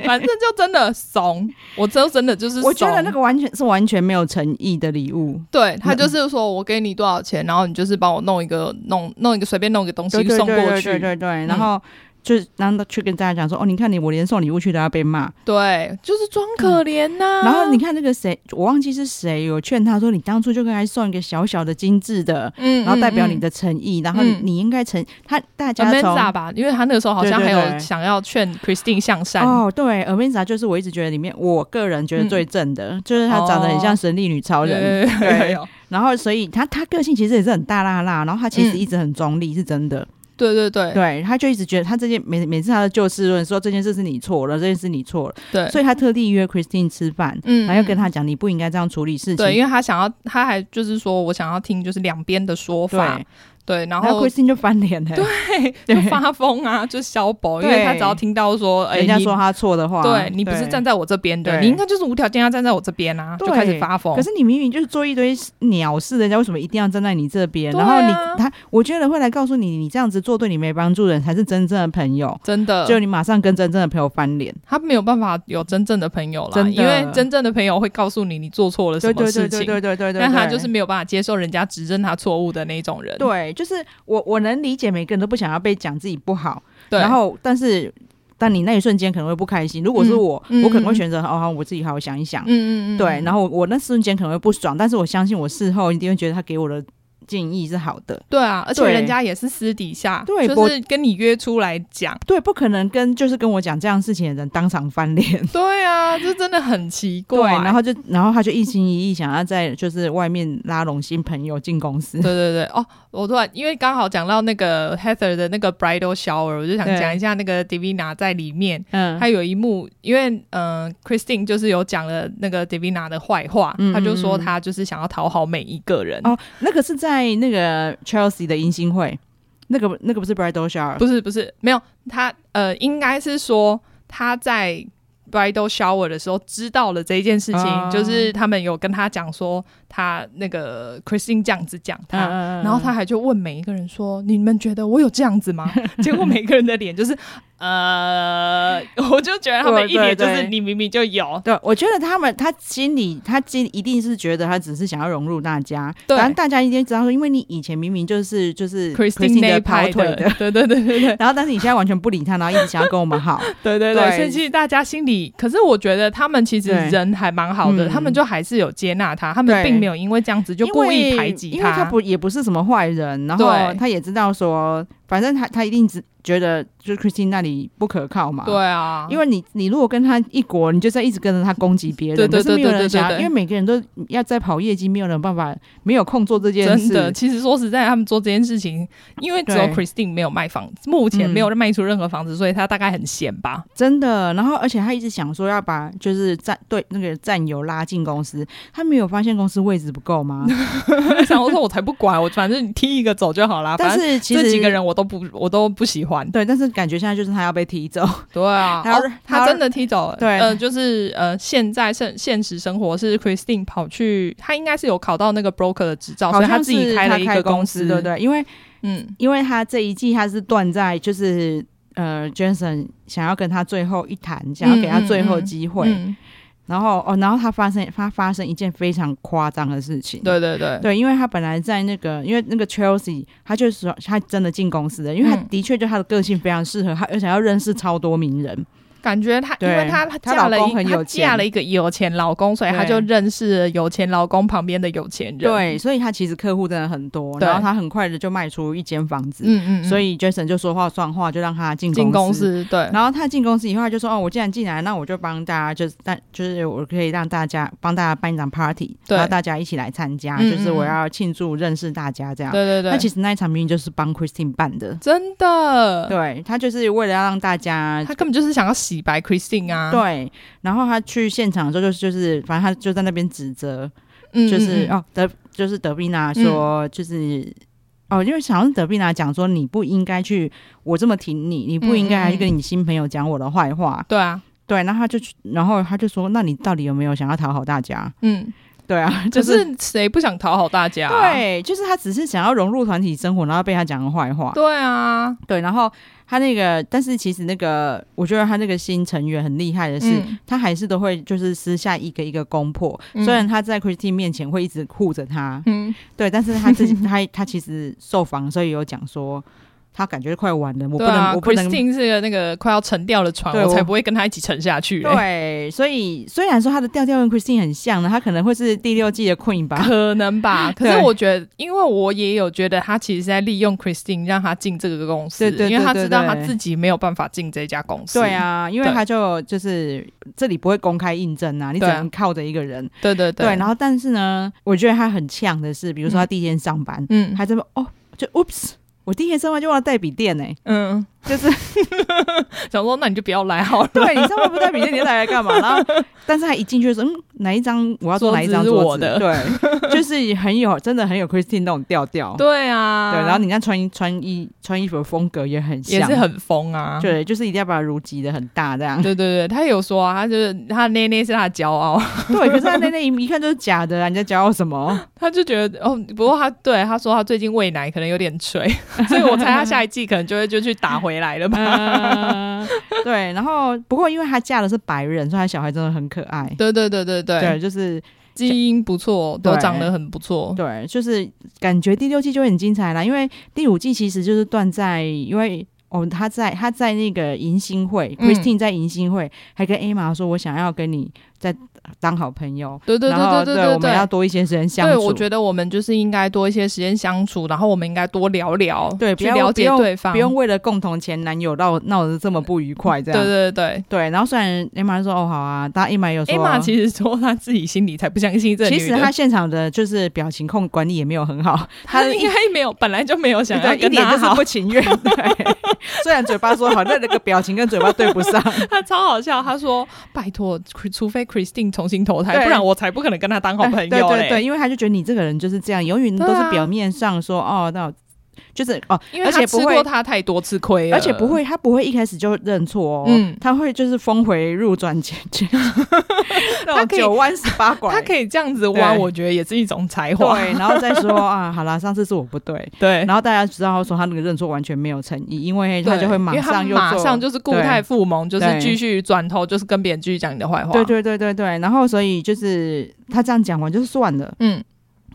Speaker 1: 反正就真的怂，我真真的就是
Speaker 3: 我觉得那
Speaker 1: 个
Speaker 3: 个完全是完全没有诚意的礼 物。
Speaker 1: 对他就是说我给你多少钱，然后你就是帮我弄一个弄弄一个随便弄一个东西
Speaker 3: 对对
Speaker 1: 送
Speaker 3: 对
Speaker 1: 过
Speaker 3: 对
Speaker 1: 去，嗯
Speaker 3: 对对对，然后。就然后去跟大家讲说，哦，你看你，我连送礼物去都要被骂。
Speaker 1: 对就是装可怜呐、
Speaker 3: 然后你看那个谁，我忘记是谁，有劝他说，你当初就应该送一个小小的精致的，
Speaker 1: 嗯，嗯，
Speaker 3: 然后代表你的诚意，然后你
Speaker 1: 嗯
Speaker 3: 你应该诚，他大
Speaker 1: 阿
Speaker 3: 家
Speaker 1: 曼
Speaker 3: 从
Speaker 1: 萨吧，因为他那个时候好像
Speaker 3: 对
Speaker 1: 还
Speaker 3: 对
Speaker 1: 有
Speaker 3: 对
Speaker 1: 想要劝 Christine 向善，
Speaker 3: 哦，对 a m a n d a 就是我一直觉得里面，我个人觉得
Speaker 1: 嗯
Speaker 3: 最正的，就是她长得很像神力女超
Speaker 1: 对
Speaker 3: 人，
Speaker 1: 对对对对
Speaker 3: 然后所以她她个性其实也是很大辣辣，然后她其
Speaker 1: 嗯
Speaker 3: 实一直很中立，是真的。
Speaker 1: 对对对
Speaker 3: 对，她就一直觉得她这件每每次她的就事论说这件事是你错了，这件事你错了，
Speaker 1: 对，
Speaker 3: 所以她特地约 Christine 吃饭，
Speaker 1: 嗯
Speaker 3: 然后又跟
Speaker 1: 他
Speaker 3: 她讲你不应该这样处理事情。
Speaker 1: 对，因为他想要，他还就是说我想要听就是两边的说
Speaker 3: 对
Speaker 1: 法，对，然
Speaker 3: 然后
Speaker 1: 后
Speaker 3: Christine 就翻脸了、
Speaker 1: 对就发疯啊，就消薄，因为
Speaker 3: 对
Speaker 1: 他只要听到说，哎，
Speaker 3: 人家
Speaker 1: 你
Speaker 3: 说她错的话，
Speaker 1: 对你不是站在我这边的，
Speaker 3: 对
Speaker 1: 你应该就是无条件要站在我这边啊，就
Speaker 3: 对
Speaker 1: 开始发疯
Speaker 3: 可。是你明明就是做一堆鸟事，人家为什么一定要站在你这边？
Speaker 1: 对
Speaker 3: 然
Speaker 1: 啊
Speaker 3: 后你他，我觉得会来告诉你，你这样子做对你没帮助的人才是真正的朋友。
Speaker 1: 真的，
Speaker 3: 就你马上跟真正的朋友翻脸，
Speaker 1: 他没有办法有真正的朋友啦，
Speaker 3: 真的
Speaker 1: 因为真正的朋友会告诉你你做错了什么事情，
Speaker 3: 对对
Speaker 1: 但他就是没有办法接受人家指正他错误的那一种人。
Speaker 3: 对，就是我我能理解每个人都不想要被讲自己不好，
Speaker 1: 对，
Speaker 3: 然后但是但你那一瞬间可能会不开心。如果是我，
Speaker 1: 嗯嗯
Speaker 3: 我可能
Speaker 1: 嗯
Speaker 3: 会
Speaker 1: 嗯
Speaker 3: 选择哦，好我自己好好想一想，
Speaker 1: 嗯嗯嗯，
Speaker 3: 对，然
Speaker 1: 后
Speaker 3: 后我我那瞬间可能会不爽，但是我相信我事后一定会觉得他给我的建议是好的。
Speaker 1: 对啊，而且
Speaker 3: 对
Speaker 1: 人家也是私底下，
Speaker 3: 对
Speaker 1: 就
Speaker 3: 我
Speaker 1: 是跟你约出来讲。
Speaker 3: 对，不可能跟就是跟我讲这样事情的人当场翻脸。
Speaker 1: 对啊，这真的很奇
Speaker 3: 对，
Speaker 1: 怪。
Speaker 3: 然后就然后他就一心一意想要在就是外面拉拢新朋友进公司
Speaker 1: 对。对对，哦，我突然因为刚好讲到那个 Heather 的那个 bridal shower，我就想
Speaker 3: 对
Speaker 1: 讲一下那个 Divina 在里面，
Speaker 3: 嗯
Speaker 1: 他有一幕，因为嗯、呃 Christine 就是有讲了那个 Divina 的坏话，
Speaker 3: 嗯
Speaker 1: 他就说他就是想要讨好每一个人，
Speaker 3: 哦，那个是在那个 Chelsea 的迎新会，那个那个不是 Bridal Shower，
Speaker 1: 不是不是，没有他呃，应该是说他在 bridal shower 的时候知道了这一件事情，
Speaker 3: 哦
Speaker 1: 就是他们有跟他讲说他那个 Christine 这样子讲他，
Speaker 3: 嗯
Speaker 1: 然后他还就问每一个人说：“你们觉得我有这样子吗？” 结果每个人的脸就是，呃，我就觉得他们一脸就是
Speaker 3: 对对
Speaker 1: 你明明就有，
Speaker 3: 对，我觉得他们他心里他心一定是觉得他只是想要融入大家，
Speaker 1: 对
Speaker 3: 反正大家一定知道说，因为你以前明明就是就是
Speaker 1: Christine 那一
Speaker 3: 的
Speaker 1: 派
Speaker 3: 跑
Speaker 1: 的
Speaker 3: 腿的，
Speaker 1: 对对对 对对
Speaker 3: 然后但是你现在完全不理他，然后一直想要跟我们 好，
Speaker 1: 对对对，
Speaker 3: 对
Speaker 1: 所以其实大家心里，可是我觉得他们其实
Speaker 3: 对
Speaker 1: 人还蛮好的，
Speaker 3: 嗯
Speaker 1: 他们就还是有接纳他，他们
Speaker 3: 对
Speaker 1: 并没有因为这样子就故意排挤
Speaker 3: 因为因为他不也不是什么坏人，然后
Speaker 1: 对
Speaker 3: 他也知道说，反正他他一定只觉得就是 Christine 那里不可靠嘛，
Speaker 1: 对啊，
Speaker 3: 因
Speaker 1: 为
Speaker 3: 为你你如果跟他一国，你就在一直跟着他攻击别人，
Speaker 1: 对对对
Speaker 3: 可是没有人想
Speaker 1: 对对对
Speaker 3: 要，
Speaker 1: 对
Speaker 3: 因为每个人都要在跑业绩，没有人有办法，没有空做这件
Speaker 1: 真
Speaker 3: 事。
Speaker 1: 的，其实说实在，他们做这件事情，因为只有
Speaker 3: 对
Speaker 1: Christine 没有卖房子，目前
Speaker 3: 嗯
Speaker 1: 没有卖出任何房子，所以他大概很闲吧。
Speaker 3: 真的然后而且他一直想说要把就是战对那个战友拉进公司，他没有发现公司位置不 够吗？
Speaker 1: 我想我说我才不管，我反正你踢一个走就好啦。
Speaker 3: 但
Speaker 1: 啊反正
Speaker 3: 是其实
Speaker 1: 这几个。人我都不我都不喜欢。
Speaker 3: 对，但是感觉现在就是他要被 踢走，
Speaker 1: 对啊，
Speaker 3: 他要
Speaker 1: 哦他
Speaker 3: 他要
Speaker 1: 真的踢走了。
Speaker 3: 对
Speaker 1: 呃，就是呃，现在现现实生活是 Christine 跑去，他应该是有考到那个 broker 的执照，所
Speaker 3: 好
Speaker 1: 以他
Speaker 3: 像
Speaker 1: 自己
Speaker 3: 是
Speaker 1: 开
Speaker 3: 他
Speaker 1: 了一个
Speaker 3: 公
Speaker 1: 司，
Speaker 3: 对不？对？因为
Speaker 1: 嗯，
Speaker 3: 因为他这一季他是断在就是呃，Jason 想要跟他最后一谈，想要给他
Speaker 1: 嗯嗯
Speaker 3: 最后
Speaker 1: 嗯
Speaker 3: 机会，
Speaker 1: 嗯
Speaker 3: 然后哦，然后他发生他发生一件非常夸张的事情。
Speaker 1: 对对对，
Speaker 3: 对，因为他本来在那个，因为那个 Chelsea，他就说他真的进公司了，因为他
Speaker 1: 嗯
Speaker 3: 的确就他的个性非常适合他，而且要认识超多名人。
Speaker 1: 感觉她因
Speaker 3: 对
Speaker 1: 为她
Speaker 3: 她
Speaker 1: 嫁
Speaker 3: 老
Speaker 1: 了
Speaker 3: 公
Speaker 1: 一
Speaker 3: 很
Speaker 1: 她
Speaker 3: 有
Speaker 1: 嫁
Speaker 3: 钱
Speaker 1: 了一个有钱老公，所以她
Speaker 3: 对
Speaker 1: 就认识了有钱老公旁边的有钱人。，
Speaker 3: 对，所以他其实客户真的很多，
Speaker 1: 对
Speaker 3: 然后他很快的就卖出一间房子，
Speaker 1: 嗯嗯，
Speaker 3: 所
Speaker 1: 以
Speaker 3: 以 Jason 就说话算话，就让他进
Speaker 1: 进公
Speaker 3: 公司。
Speaker 1: 司对，
Speaker 3: 然后他进公司以后，他就说：“哦，我既然进来，那我就帮大家，就是大，就是我可以让大家帮大家办一场 party，
Speaker 1: 对
Speaker 3: 然后大家一起来参加，
Speaker 1: 嗯
Speaker 3: 就是
Speaker 1: 嗯
Speaker 3: 我
Speaker 1: 嗯
Speaker 3: 要庆祝认识大家这样。”
Speaker 1: 对对对，
Speaker 3: 那其实那一场明明就是帮 Christine 办的，
Speaker 1: 真的，
Speaker 3: 对他就是为了要让大家
Speaker 1: 她根本就是想要洗白 Christine 啊。
Speaker 3: 对，然后他去现场的时候就是就是，反正他就在那边指责。
Speaker 1: 嗯
Speaker 3: 就是、
Speaker 1: 嗯
Speaker 3: 哦德就是德比娜说、就是。哦，因为好像德比娜讲说你不应该去，我这么挺你，你不应该还去跟你新朋友讲我的坏话。
Speaker 1: 对啊，
Speaker 3: 对，然后他就去，然后他就说，那你到底有没有想要讨好大家？
Speaker 1: 嗯，
Speaker 3: 对啊，就
Speaker 1: 可
Speaker 3: 是
Speaker 1: 是谁不想讨好大家、啊？
Speaker 3: 对，就是他只是想要融入团体生活，然后被他讲的坏话。
Speaker 1: 对啊，
Speaker 3: 对，然后他那个，但是其实那个，我觉得他那个新成员很厉害的是，
Speaker 1: 嗯
Speaker 3: 他还是都会就是私下一个一个攻破。
Speaker 1: 嗯
Speaker 3: 虽然他在 Christine 面前会一直护着他，
Speaker 1: 嗯，
Speaker 3: 对，但是他自己 他他其实受访的时候也有讲说，他感觉快完了，我不
Speaker 1: 对
Speaker 3: 能、
Speaker 1: 啊
Speaker 3: 我不能。
Speaker 1: ，Christine 是个那个快要沉掉的船，
Speaker 3: 对
Speaker 1: 我才
Speaker 3: 我
Speaker 1: 不会跟他一起沉下去、欸。
Speaker 3: 对，啊所以虽然说他的调调跟 Christine 很像呢，他可能会是第六季的 Queen 吧。
Speaker 1: 可能 吧，可
Speaker 3: 对
Speaker 1: 是我觉得，因为我也有觉得他其实在利用 Christine 让他进这个公司，
Speaker 3: 对对对
Speaker 1: 因为他知道
Speaker 3: 对
Speaker 1: 他
Speaker 3: 对
Speaker 1: 自己没有办法进这家公司。
Speaker 3: 对，啊，因为
Speaker 1: 对
Speaker 3: 他就就是这里不会公开印证啊，你只
Speaker 1: 对啊
Speaker 3: 能靠着一个人。
Speaker 1: 对对
Speaker 3: 对，然后但是呢，我觉得他很呛的是，比如说他第一天上班，
Speaker 1: 嗯
Speaker 3: 还在那边哦，就 oops，我第一天上班就忘了带笔电呢、
Speaker 1: 嗯，
Speaker 3: 就是
Speaker 1: 想说那你就不要来好了，
Speaker 3: 对你上班不带笔电，你来来干嘛？然 后，但是他一进去就说，嗯，哪一张我要做哪一
Speaker 1: 桌
Speaker 3: 张
Speaker 1: 子是
Speaker 3: 桌
Speaker 1: 我的
Speaker 3: 对，就是很有，真的很有 Christine 那种调调，
Speaker 1: 对啊，
Speaker 3: 对，然后你看穿衣穿衣穿衣服的风格也很像，
Speaker 1: 也是很疯啊。
Speaker 3: 对，就是一定要把它如挤的很大这样，
Speaker 1: 对对对，他有说啊，他就是他的内内是他的骄傲，
Speaker 3: 对，可是他那那一一看就是假的啊，人家骄傲 什么？
Speaker 1: 他就觉得哦，不过他对他说他最近喂奶可能有点垂， 所以我猜他下一季可能就会就去打回来了吧。 呃
Speaker 3: 嗯，对，然后不过因为她嫁的是白人，所以她小孩真的很可爱。
Speaker 1: 对对对对对，
Speaker 3: 对，就是
Speaker 1: 基因不错，都
Speaker 3: 对
Speaker 1: 长得很不错。
Speaker 3: 对，就是感觉第六季就会很精彩啦，因为第五季其实就是断在，因为哦，她在她在那个迎新会、
Speaker 1: 嗯
Speaker 3: c h r i s t i n e 在迎新会还跟 Emma 说，我想要跟你再当好朋友，
Speaker 1: 对对对
Speaker 3: 然后
Speaker 1: 对对对
Speaker 3: 我们要多一些时间相
Speaker 1: 对，
Speaker 3: 处。
Speaker 1: 我觉得我们就是应该多一些时间相处，然后我们应该多聊聊，
Speaker 3: 对不
Speaker 1: 去
Speaker 3: 要
Speaker 1: 了解
Speaker 3: 不用
Speaker 1: 对方，
Speaker 3: 不用为了共同前男友闹闹得这么不愉快，这
Speaker 1: 对
Speaker 3: 样
Speaker 1: 对对。
Speaker 3: 对然后虽然 Emma 就说哦好啊，但 Emma 有说
Speaker 1: Emma 其实说她自己心里才不相信这个
Speaker 3: 其
Speaker 1: 女
Speaker 3: 实
Speaker 1: 的，
Speaker 3: 他现场的就是表情控管理也没有很好，他
Speaker 1: 她
Speaker 3: 的
Speaker 1: 应该没有，本来就没有想要
Speaker 3: 对一
Speaker 1: 跟
Speaker 3: 脸
Speaker 1: 她
Speaker 3: 就是
Speaker 1: 好，
Speaker 3: 不情 愿。对，虽然嘴巴说好，但那个表情跟嘴巴对不上。
Speaker 1: 她超好笑。她说：“拜托，除非 Christine 重新投胎，
Speaker 3: 对
Speaker 1: 不然我才不可能跟她当好朋友
Speaker 3: 哎对对对，
Speaker 1: 嘞。
Speaker 3: 因为他就觉得你这个人就是这样，永远都
Speaker 1: 对
Speaker 3: 是
Speaker 1: 啊
Speaker 3: 表面上说哦，那我就是哦，”
Speaker 1: 因为
Speaker 3: 而
Speaker 1: 她
Speaker 3: 且
Speaker 1: 吃
Speaker 3: 不会
Speaker 1: 过她太多次亏了，
Speaker 3: 而且不会，他不会一开始就认错哦，
Speaker 1: 嗯
Speaker 3: 他会就是峰回路转前 前，
Speaker 1: 他
Speaker 3: 那种
Speaker 1: 可以
Speaker 3: 九弯十八拐，
Speaker 1: 她可
Speaker 3: 以
Speaker 1: 以这样子挖，
Speaker 3: 对
Speaker 1: 我觉得也是一种才华。
Speaker 3: 对，然后再说啊，好啦，上次是我不对，
Speaker 1: 对，
Speaker 3: 然后大家知道说他那个认错完全没有诚意，因为他
Speaker 1: 哎对
Speaker 3: 就会
Speaker 1: 因为他
Speaker 3: 上又
Speaker 1: 马
Speaker 3: 做
Speaker 1: 上就是固
Speaker 3: 对
Speaker 1: 态附萌，就是
Speaker 3: 对
Speaker 1: 继续转头，就是跟别人继续讲你的坏话。
Speaker 3: 对，对对对对，然后所以就是他这样讲完就算了，
Speaker 1: 嗯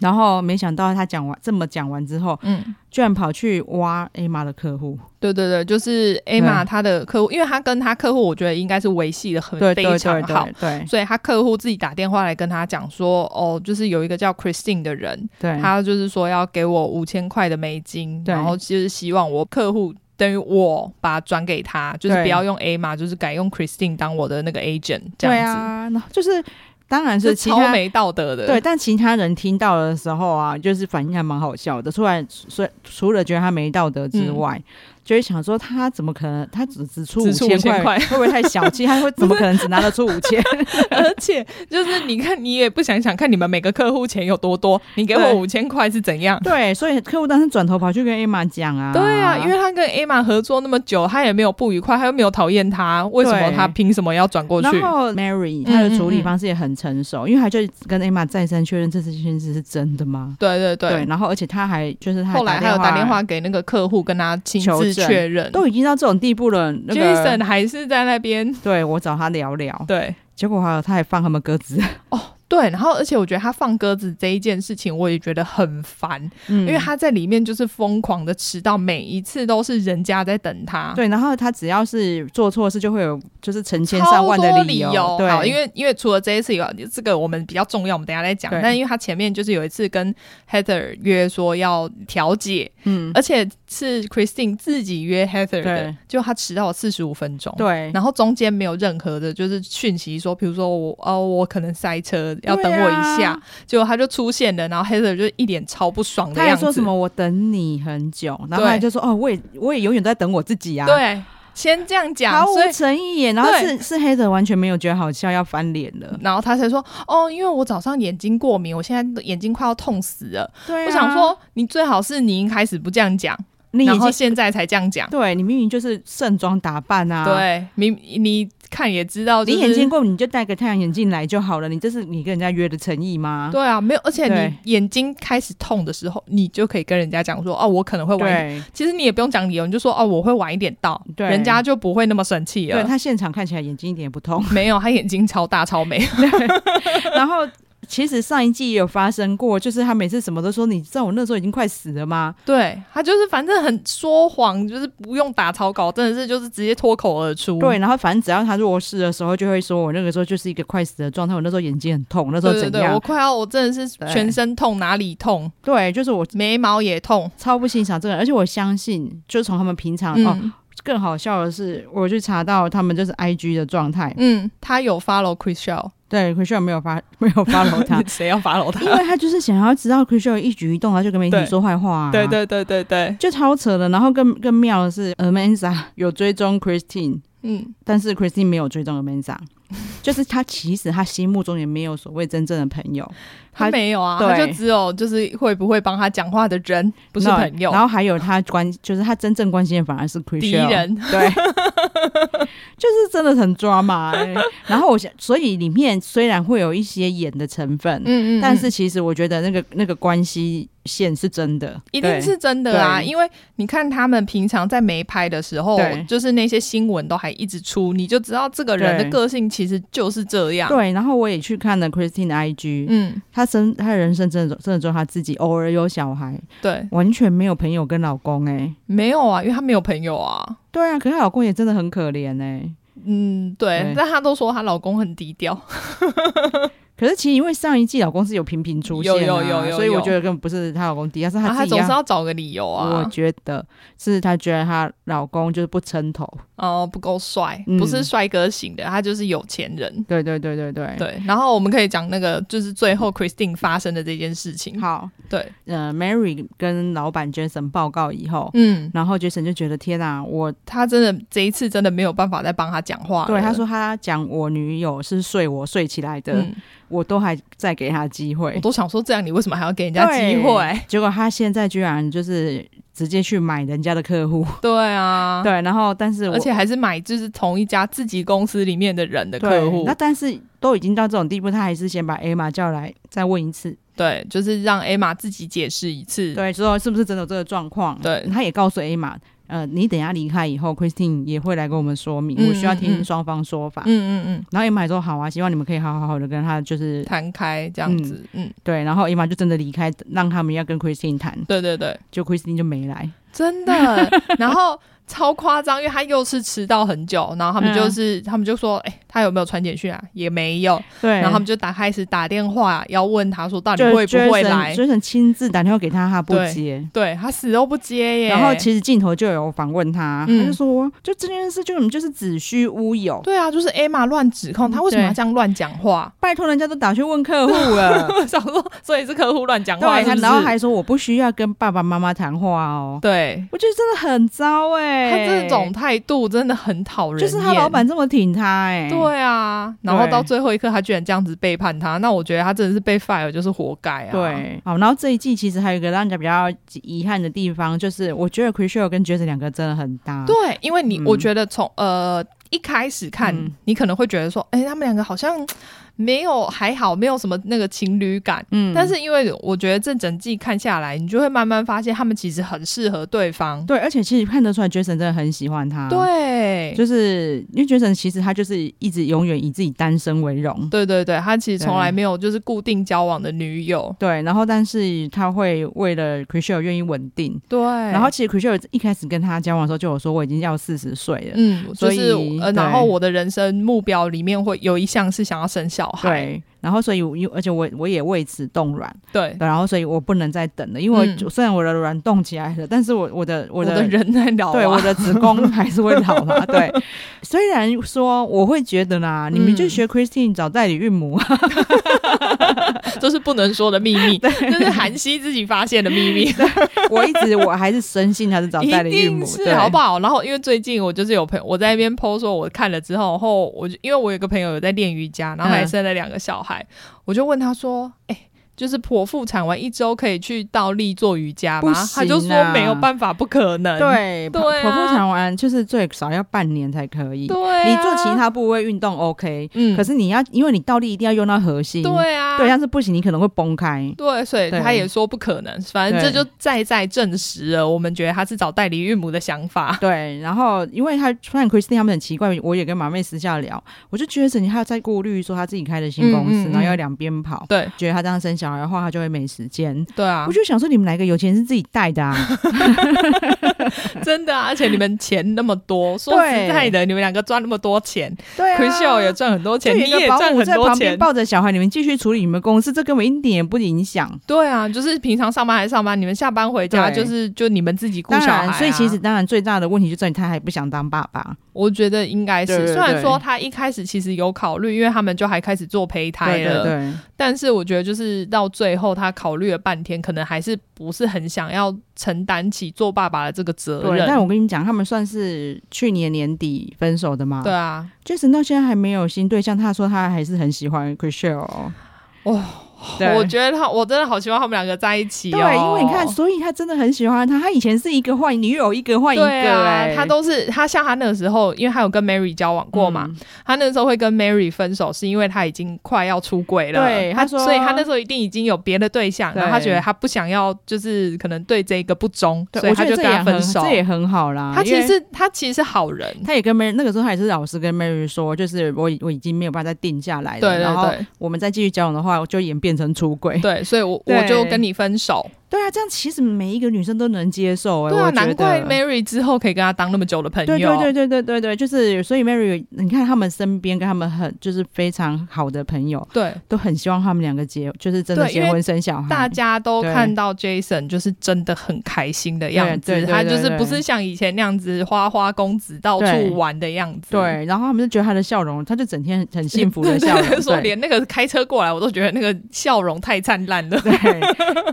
Speaker 3: 然后没想到他讲完这么讲完之后，
Speaker 1: 嗯，
Speaker 3: 居然跑去挖 A 妈的客户，
Speaker 1: 对对对，就是 Emma
Speaker 3: 对
Speaker 1: 她的客户，因为她跟她客户，我觉得应该是维系的很
Speaker 3: 对
Speaker 1: 非
Speaker 3: 对
Speaker 1: 常
Speaker 3: 对
Speaker 1: 好
Speaker 3: 对。对
Speaker 1: 所以她客户自己打电话来跟她讲说，哦，就是有一个叫 Christine 的人，
Speaker 3: 对，
Speaker 1: 他就是说要给我五千块的美金，
Speaker 3: 对
Speaker 1: 然后就是希望我客户等于我把它转给他，就是
Speaker 3: 对
Speaker 1: 不要用 A 嘛，就是改用 Christine 当我的那个 agent 这
Speaker 3: 对
Speaker 1: 样子，
Speaker 3: 啊，然后就是当然
Speaker 1: 这
Speaker 3: 是其
Speaker 1: 超
Speaker 3: 他。
Speaker 1: 没道德的。
Speaker 3: 对，但其他人听到的时候啊，就是反应还蛮好笑的。突然，除除了觉得他没道德之外，就会想说他怎么可能？他只只出五
Speaker 1: 嗯只出
Speaker 3: 千
Speaker 1: 5000块
Speaker 3: 块，会不会太小气？ 他会怎么可能只拿得出五千？
Speaker 1: 而且就是你看，你也不想想看你们每个客户钱有多多，你给我
Speaker 3: 对
Speaker 1: 五千块是怎样？
Speaker 3: 对，所以客户当时转头跑去跟 Emma 讲啊，
Speaker 1: 对啊，因为他跟 Emma 合作那么久，他也没有不愉快，他又没有讨厌他，为什么
Speaker 3: 对
Speaker 1: 他凭什么要转过去？嗯
Speaker 3: 然后 Mary 她的处理方式也很成熟，因为她就跟 Emma 再三确认这次件事是真的吗？
Speaker 1: 对对对，
Speaker 3: 然后而且她还就是她
Speaker 1: 后来还有打电话给那个客户跟他亲自
Speaker 3: 求证
Speaker 1: 确认。
Speaker 3: 都已经到这种地步了，那个
Speaker 1: Jason 还是在那边，
Speaker 3: 对我找他聊聊，
Speaker 1: 对
Speaker 3: 结果还有他还放他们鸽子，
Speaker 1: 哦对，然后而且我觉得他放鸽子这一件事情，我也觉得很烦，
Speaker 3: 嗯
Speaker 1: 因为他在里面就是疯狂的迟到，每一次都是人家在等他。
Speaker 3: 对，然后他只要是做错事就会有就是成千
Speaker 1: 超
Speaker 3: 上
Speaker 1: 多
Speaker 3: 万的
Speaker 1: 理
Speaker 3: 由，对，
Speaker 1: 好，因为因为除了这一次以外，这个我们比较重要，我们等一下再讲。
Speaker 3: 对
Speaker 1: 但因为他前面就是有一次跟 Heather 约说要调解，
Speaker 3: 嗯
Speaker 1: 而且是 Christine 自己约 Heather 的
Speaker 3: 对，
Speaker 1: 就他迟到了四十五分钟。。
Speaker 3: 对。
Speaker 1: 然后中间没有任何的，就是讯息说，比如说我哦，我可能塞车，要等
Speaker 3: 对啊
Speaker 1: 我一下，结果他就出现了，然后 Heather 就一脸超不爽的
Speaker 3: 他
Speaker 1: 样
Speaker 3: 还
Speaker 1: 子。
Speaker 3: 说什么？我等你很久，然后
Speaker 1: 对
Speaker 3: 他就说哦，我也我也永远都在等我自己啊。
Speaker 1: 对，先这样讲，
Speaker 3: 毫
Speaker 1: 所以
Speaker 3: 无诚意耶。然后
Speaker 1: 对
Speaker 3: 是是黑的，完全没有觉得好笑，要翻脸了。
Speaker 1: 然后他才说哦，因为我早上眼睛过敏，我现在眼睛快要痛死了。
Speaker 3: 对、啊
Speaker 1: 我想，说，你最好是你一开始不这样讲，
Speaker 3: 你已
Speaker 1: 然后
Speaker 3: 经
Speaker 1: 现在才这样讲。
Speaker 3: 对你明明就是盛装打扮啊，，
Speaker 1: 对，你你看也知道、就是，
Speaker 3: 你眼睛过敏你就戴个太阳眼镜来就好了。你这是你跟人家约的诚意吗？
Speaker 1: 对啊，没有，而且
Speaker 3: 对
Speaker 1: 你眼睛开始痛的时候，你就可以跟人家讲说，哦，我可能会晚一点。
Speaker 3: 对，
Speaker 1: 其实你也不用讲理由，你就说哦，我会晚一点到，
Speaker 3: 对
Speaker 1: 人家就不会那么生气
Speaker 3: 对
Speaker 1: 了。
Speaker 3: 他现场看起来眼睛一点也不痛。
Speaker 1: 没有，他眼睛超大超美，
Speaker 3: 然后其实上一季也有发生过，就是他每次什么都说，你知道我那时候已经快死了吗？
Speaker 1: 对他就是反正很说谎，就是不用打草稿，真的是就是直接脱口而出。
Speaker 3: 对，然后反正只要他弱势的时候，就会说我那个时候就是一个快死的状态，我那时候眼睛很痛，那时
Speaker 1: 对
Speaker 3: 候
Speaker 1: 对
Speaker 3: 怎
Speaker 1: 对，
Speaker 3: 样
Speaker 1: 我？快要，我真的是
Speaker 3: 对
Speaker 1: 全身痛，哪里痛，
Speaker 3: 对，就是我
Speaker 1: 眉毛也痛。
Speaker 3: 超不欣赏这个人，而且我相信，就是从他们平常、哦，
Speaker 1: 嗯
Speaker 3: 更好笑的是，我去查到他们就是 I G 的状态，
Speaker 1: 嗯，他有 follow Chris Shaw，，
Speaker 3: 对 c h r i s t a n 没有发没有 follow 哦他 啊
Speaker 1: 谁要 follow
Speaker 3: 因 为他就是想要知道 c h r i s t a n 一举一动，他就跟媒体
Speaker 1: 对
Speaker 3: 说坏话、啊，
Speaker 1: 对。对对对对，
Speaker 3: 就超扯的，然后更更妙的是，Amanda 有追踪 Christine，
Speaker 1: 嗯，
Speaker 3: 但是 Christine 没有追踪 Amanda，就是他其实他心目中也没有所谓真正的朋友，
Speaker 1: 他
Speaker 3: 他
Speaker 1: 没有啊，
Speaker 3: 对
Speaker 1: 他就只有就是会不会帮他讲话的人，不是
Speaker 3: 那
Speaker 1: 朋友
Speaker 3: 然，后还有他关，就是他真正关心的反而是 Christine
Speaker 1: 敌人。
Speaker 3: 对， 就是真的很抓马、欸。然后我想，所以里面虽然会有一些演的成分，
Speaker 1: 嗯嗯，
Speaker 3: 但
Speaker 1: 嗯
Speaker 3: 是其实我觉得那个那个关系线是真的，
Speaker 1: 一定
Speaker 3: 对
Speaker 1: 是真的啊，
Speaker 3: 对
Speaker 1: 因为你看他们平常在没拍的时候
Speaker 3: 对，
Speaker 1: 就是那些新闻都还一直出，你就知道这个人的
Speaker 3: 对
Speaker 1: 个性其实就是这样。
Speaker 3: 对。然后我也去看了 Christine 的 IG，、
Speaker 1: 嗯，
Speaker 3: 她生她的人生真的真的只有她自己，偶尔有小孩，
Speaker 1: 对，
Speaker 3: 完全没有朋友跟老公哎、
Speaker 1: 没有啊，因为他没有朋友啊。
Speaker 3: 对啊，可是她老公也真的很可怜哎、
Speaker 1: 嗯，对
Speaker 3: 对，
Speaker 1: 但她都说她老公很低 调，
Speaker 3: 可是其实因为上一季老公是有频频出现、啊，
Speaker 1: 有有有有
Speaker 3: 所以我
Speaker 1: 有
Speaker 3: 觉得根本不是她老公低调，是
Speaker 1: 然
Speaker 3: 她
Speaker 1: 啊后她
Speaker 3: 自己
Speaker 1: 总
Speaker 3: 要
Speaker 1: 是要找个理由
Speaker 3: 我
Speaker 1: 啊。
Speaker 3: 觉得是她觉得她老公就是不撑头。
Speaker 1: 哦，不够帅，
Speaker 3: 嗯
Speaker 1: 不是帅哥型的，他就是有钱人。
Speaker 3: 对对对对对。
Speaker 1: 对，然后我们可以讲那个，就是最后 Christine 发生的这件事情。
Speaker 3: 好，
Speaker 1: 对，
Speaker 3: 呃，Mary 跟老板 Jason 报告以后，
Speaker 1: 嗯，
Speaker 3: 然后 Jason 就觉得天哪、我
Speaker 1: 他真的这一次真的没有办法再帮他讲话了。
Speaker 3: 对他说他讲我女友是睡我睡起来的，
Speaker 1: 嗯，
Speaker 3: 我都还在给他机
Speaker 1: 我
Speaker 3: 会，
Speaker 1: 都想说这样，你为什么还要给人家机会？
Speaker 3: 结果他现在居然就是直接去买人家的客户，
Speaker 1: 对啊，
Speaker 3: 对，然后但是我
Speaker 1: 而且还是买就是同一家自己公司里面的人的客
Speaker 3: 对
Speaker 1: 户
Speaker 3: 那，但是都已经到这种地步，他还是先把 Emma 叫来再问一次，
Speaker 1: 对，就是让 Emma 自己解释一次。
Speaker 3: 对，啊说是不是真的有这个状况？
Speaker 1: 对
Speaker 3: 他也告诉 A 玛，呃，你等一下离开以后，Christine 也会来跟我们说明，
Speaker 1: 嗯
Speaker 3: 我需要
Speaker 1: 嗯
Speaker 3: 听
Speaker 1: 嗯
Speaker 3: 双方说法。
Speaker 1: 嗯嗯
Speaker 3: 然后 A 玛也说好啊，希望你们可以好好好的跟他就是
Speaker 1: 嗯，摊开这样子，嗯，
Speaker 3: 对，然后 A 玛就真的离开，让他们要跟 Christine 谈，
Speaker 1: 对对对，
Speaker 3: 就 Christine 就没来。
Speaker 1: 真的。 然后超夸张，因为他又是迟到很久，然
Speaker 3: 嗯
Speaker 1: 后他们就是、他们就说，哎、他有没有传简讯啊？也没有。
Speaker 3: 对，
Speaker 1: 然后他们就打开始打电话，要问他说到底
Speaker 3: 就
Speaker 1: 会不会来。
Speaker 3: Jason 亲自打电话给他，他不
Speaker 1: 对
Speaker 3: 接。
Speaker 1: 对他死都不接耶。
Speaker 3: 然后其实镜头就有访问他，
Speaker 1: 嗯
Speaker 3: 他就说，就这件事，就你们就是子虚乌有，
Speaker 1: 对啊，就是 Emma 乱指
Speaker 3: 嗯
Speaker 1: 控他为什么要这样乱讲话？
Speaker 3: 拜托人家都打去问客户了，
Speaker 1: 我想说，所以是客户乱讲话，
Speaker 3: 对，
Speaker 1: 是
Speaker 3: 他
Speaker 1: 不是
Speaker 3: 然后还说我不需要跟爸爸妈妈谈话哦，
Speaker 1: 对
Speaker 3: 我觉得真的很糟
Speaker 1: 他
Speaker 3: 哎、
Speaker 1: 这种态度真的很讨人
Speaker 3: 就
Speaker 1: 厌。
Speaker 3: 是他老。板这么挺他哎、
Speaker 1: 对啊，然后
Speaker 3: 对
Speaker 1: 到最后一刻，他居然这样子背叛他，那我觉得他真的是被 fire 就是活该啊。，
Speaker 3: 对，好，然后这一季其实还有一个让人家比较遗憾的地方，就是我觉得 c h r i s t a l 跟 Jason 两个真的很搭，
Speaker 1: 对，因为你、
Speaker 3: 嗯
Speaker 1: 我觉得从呃一开始看，
Speaker 3: 嗯
Speaker 1: 你可能会觉得说，哎、他们两个好像嗯没有还好，没有什么那个情侣感。
Speaker 3: 嗯
Speaker 1: 但是因为我觉得这整季看下来，你就会慢慢发现他们其实很适合对方。
Speaker 3: 对，而且其实看得出来 Jason 真的很喜欢他，，
Speaker 1: 对，啊
Speaker 3: 就是因为 Jason 其实他就是一直永远以自己单身为荣，
Speaker 1: 对对对，他其实从
Speaker 3: 对
Speaker 1: 来没有就是固定交往的女友。
Speaker 3: 对，然后但是他会为了 c h r i s t a l 愿意稳定。
Speaker 1: 对，
Speaker 3: 然
Speaker 1: 然
Speaker 3: 后其实 c h r i s t a l 一开始跟他交往的时候就有说我已经要四十岁了，
Speaker 1: 嗯，就
Speaker 3: 所
Speaker 1: 是
Speaker 3: 以
Speaker 1: 呃，
Speaker 3: 对
Speaker 1: 然后我的人生目标里面会有一项是想要生小孩。
Speaker 3: 对，然后所以我而且我我也为此动软，
Speaker 1: 对，
Speaker 3: 对然后所以我不能再等了，因为我
Speaker 1: 嗯
Speaker 3: 就、虽然我的卵动起来了，但是我我的我
Speaker 1: 我
Speaker 3: 的。
Speaker 1: 的人在老、啊，
Speaker 3: 对我的子宫还是会老嘛？ 对，虽然说我会觉得啦，你们就
Speaker 1: 嗯
Speaker 3: 学 Christine 找代理孕母啊，
Speaker 1: 这是不能说的秘 密，这是韩熙自己发现的秘密，
Speaker 3: 我一直我还是深信他是找代
Speaker 1: 一
Speaker 3: 理孕
Speaker 1: 定
Speaker 3: 母，
Speaker 1: 是
Speaker 3: 对，
Speaker 1: 好不好？然后因为最近我就是有朋友，我在那边 PO 说我看了之后，然后我就因为我有个朋友有在练瑜伽，然后还生了两个小孩，我就问他说，哎、就是剖腹产完一周可以去倒立做瑜伽吗？
Speaker 3: 不行啊
Speaker 1: 他就说没有办法，不可能。
Speaker 3: 对，
Speaker 1: 对
Speaker 3: 剖
Speaker 1: 啊
Speaker 3: 剖腹产完就是最少要半年才可以。
Speaker 1: 对、啊
Speaker 3: 你做其，他部位运动 OK，、
Speaker 1: 嗯
Speaker 3: 可是你要因为你倒立一定要用到核心，
Speaker 1: 对啊，
Speaker 3: 对，但是不行，你可能会崩开。
Speaker 1: 对，所以
Speaker 3: 对
Speaker 1: 他也说不可能，反正这
Speaker 3: 对
Speaker 1: 就再再证实了我们觉得他是找代理孕母的想法。
Speaker 3: 对，然后因为他虽然 Christine 他们很奇怪，我也跟马妹私下聊，我就觉得你还有在顾虑说他自己开的新公司，
Speaker 1: 嗯嗯嗯
Speaker 3: 然后要两边跑，
Speaker 1: 对
Speaker 3: 觉得他这样生小孩的话，他就会没时间。
Speaker 1: 对啊
Speaker 3: 我，就想说，你们哪个有钱是自己带的啊？
Speaker 1: 真的啊，而且你们钱那么多，说实在的，你们两个赚那么多钱
Speaker 3: 对啊，
Speaker 1: ，Chriselle 也赚很多
Speaker 3: 就
Speaker 1: 钱，
Speaker 3: 有
Speaker 1: 你
Speaker 3: 一个
Speaker 1: 也
Speaker 3: 保
Speaker 1: 赚
Speaker 3: 姆
Speaker 1: 很
Speaker 3: 在
Speaker 1: 多
Speaker 3: 旁边
Speaker 1: 钱。
Speaker 3: 抱着小孩，你们继续处理你们公司，这根本一点也不影响。
Speaker 1: 对啊，就是平常上班还上班，你们下班回家
Speaker 3: 对
Speaker 1: 就是就你们自己顾
Speaker 3: 当
Speaker 1: 小孩啊、
Speaker 3: 然，所以其实当然最大的问题就在于他还不想当爸爸，
Speaker 1: 我觉得应该是，
Speaker 3: 对对
Speaker 1: 虽然
Speaker 3: 对
Speaker 1: 说他一开始其实有考虑，因为他们就还开始做胚胎
Speaker 3: 对
Speaker 1: 了，
Speaker 3: 对对，
Speaker 1: 但是我觉得就是到最后，他考虑了半天，可能还是不是很想要承担起做爸爸的这个责
Speaker 3: 对，
Speaker 1: 任。
Speaker 3: 但我跟你讲，他们算是去年年底分手的嘛。
Speaker 1: 对啊，
Speaker 3: ，Jason 到现在还没有新对象，他说他还是很喜欢 Chriselle 哦。
Speaker 1: 哦
Speaker 3: 对
Speaker 1: 我觉得他，我真的好希望他们两个在一起、哦。
Speaker 3: 对，因为你看，所以他真的很喜欢他。他以前是一个换女友，一个换一个、
Speaker 1: 对啊
Speaker 3: 哎，
Speaker 1: 他都是他像他那个时候，因为他有跟 Mary 交往过嘛，
Speaker 3: 嗯
Speaker 1: 他那时候会跟 Mary 分手，是因为他已经快要出轨了。
Speaker 3: 对
Speaker 1: 他
Speaker 3: 他说
Speaker 1: 所以他那时候一定已经有别的对象，
Speaker 3: 对
Speaker 1: 然后他觉得他不想要，就是可能对这个不忠，所
Speaker 3: 对，
Speaker 1: 以
Speaker 3: 我
Speaker 1: 他
Speaker 3: 觉
Speaker 1: 就
Speaker 3: 得这
Speaker 1: 跟
Speaker 3: 也
Speaker 1: 他
Speaker 3: 很
Speaker 1: 分手
Speaker 3: 这。也很好啦。
Speaker 1: 他其
Speaker 3: 因为
Speaker 1: 实是他其实是好人，
Speaker 3: 他也跟 Mary 那个时候他也是老师跟 Mary 说，就是我已我已经没有办法再定下来了，
Speaker 1: 对对
Speaker 3: 然后
Speaker 1: 对。
Speaker 3: 我们再继续交往的话，就演变成出轨。
Speaker 1: 对，所以我
Speaker 3: 对
Speaker 1: 我就跟你分手。
Speaker 3: 对啊，这样其实每一个女生都能接受哎、
Speaker 1: 对啊，
Speaker 3: 我觉得
Speaker 1: 难怪 Mary 之后可以跟他当那么久的朋友。
Speaker 3: 对对对对对对对，就是所以 Mary，你看他们身边跟他们很就是非常好的朋友，
Speaker 1: 对
Speaker 3: 都很希望他们两个结，就是真的
Speaker 1: 对因
Speaker 3: 结
Speaker 1: 为
Speaker 3: 婚生小孩。
Speaker 1: 大家都
Speaker 3: 对
Speaker 1: 看到 Jason 就是真的很开心的样
Speaker 3: 对
Speaker 1: 子，
Speaker 3: 对对
Speaker 1: 他就是
Speaker 3: 对
Speaker 1: 不是像以前那样子花花公子到
Speaker 3: 对
Speaker 1: 处玩的样子。
Speaker 3: 对，然后他们就觉得他的笑容，他就整天很幸福的 笑容，
Speaker 1: 说
Speaker 3: 对
Speaker 1: 连那个开车过来，我都觉得那个笑容太灿烂了。
Speaker 3: 对，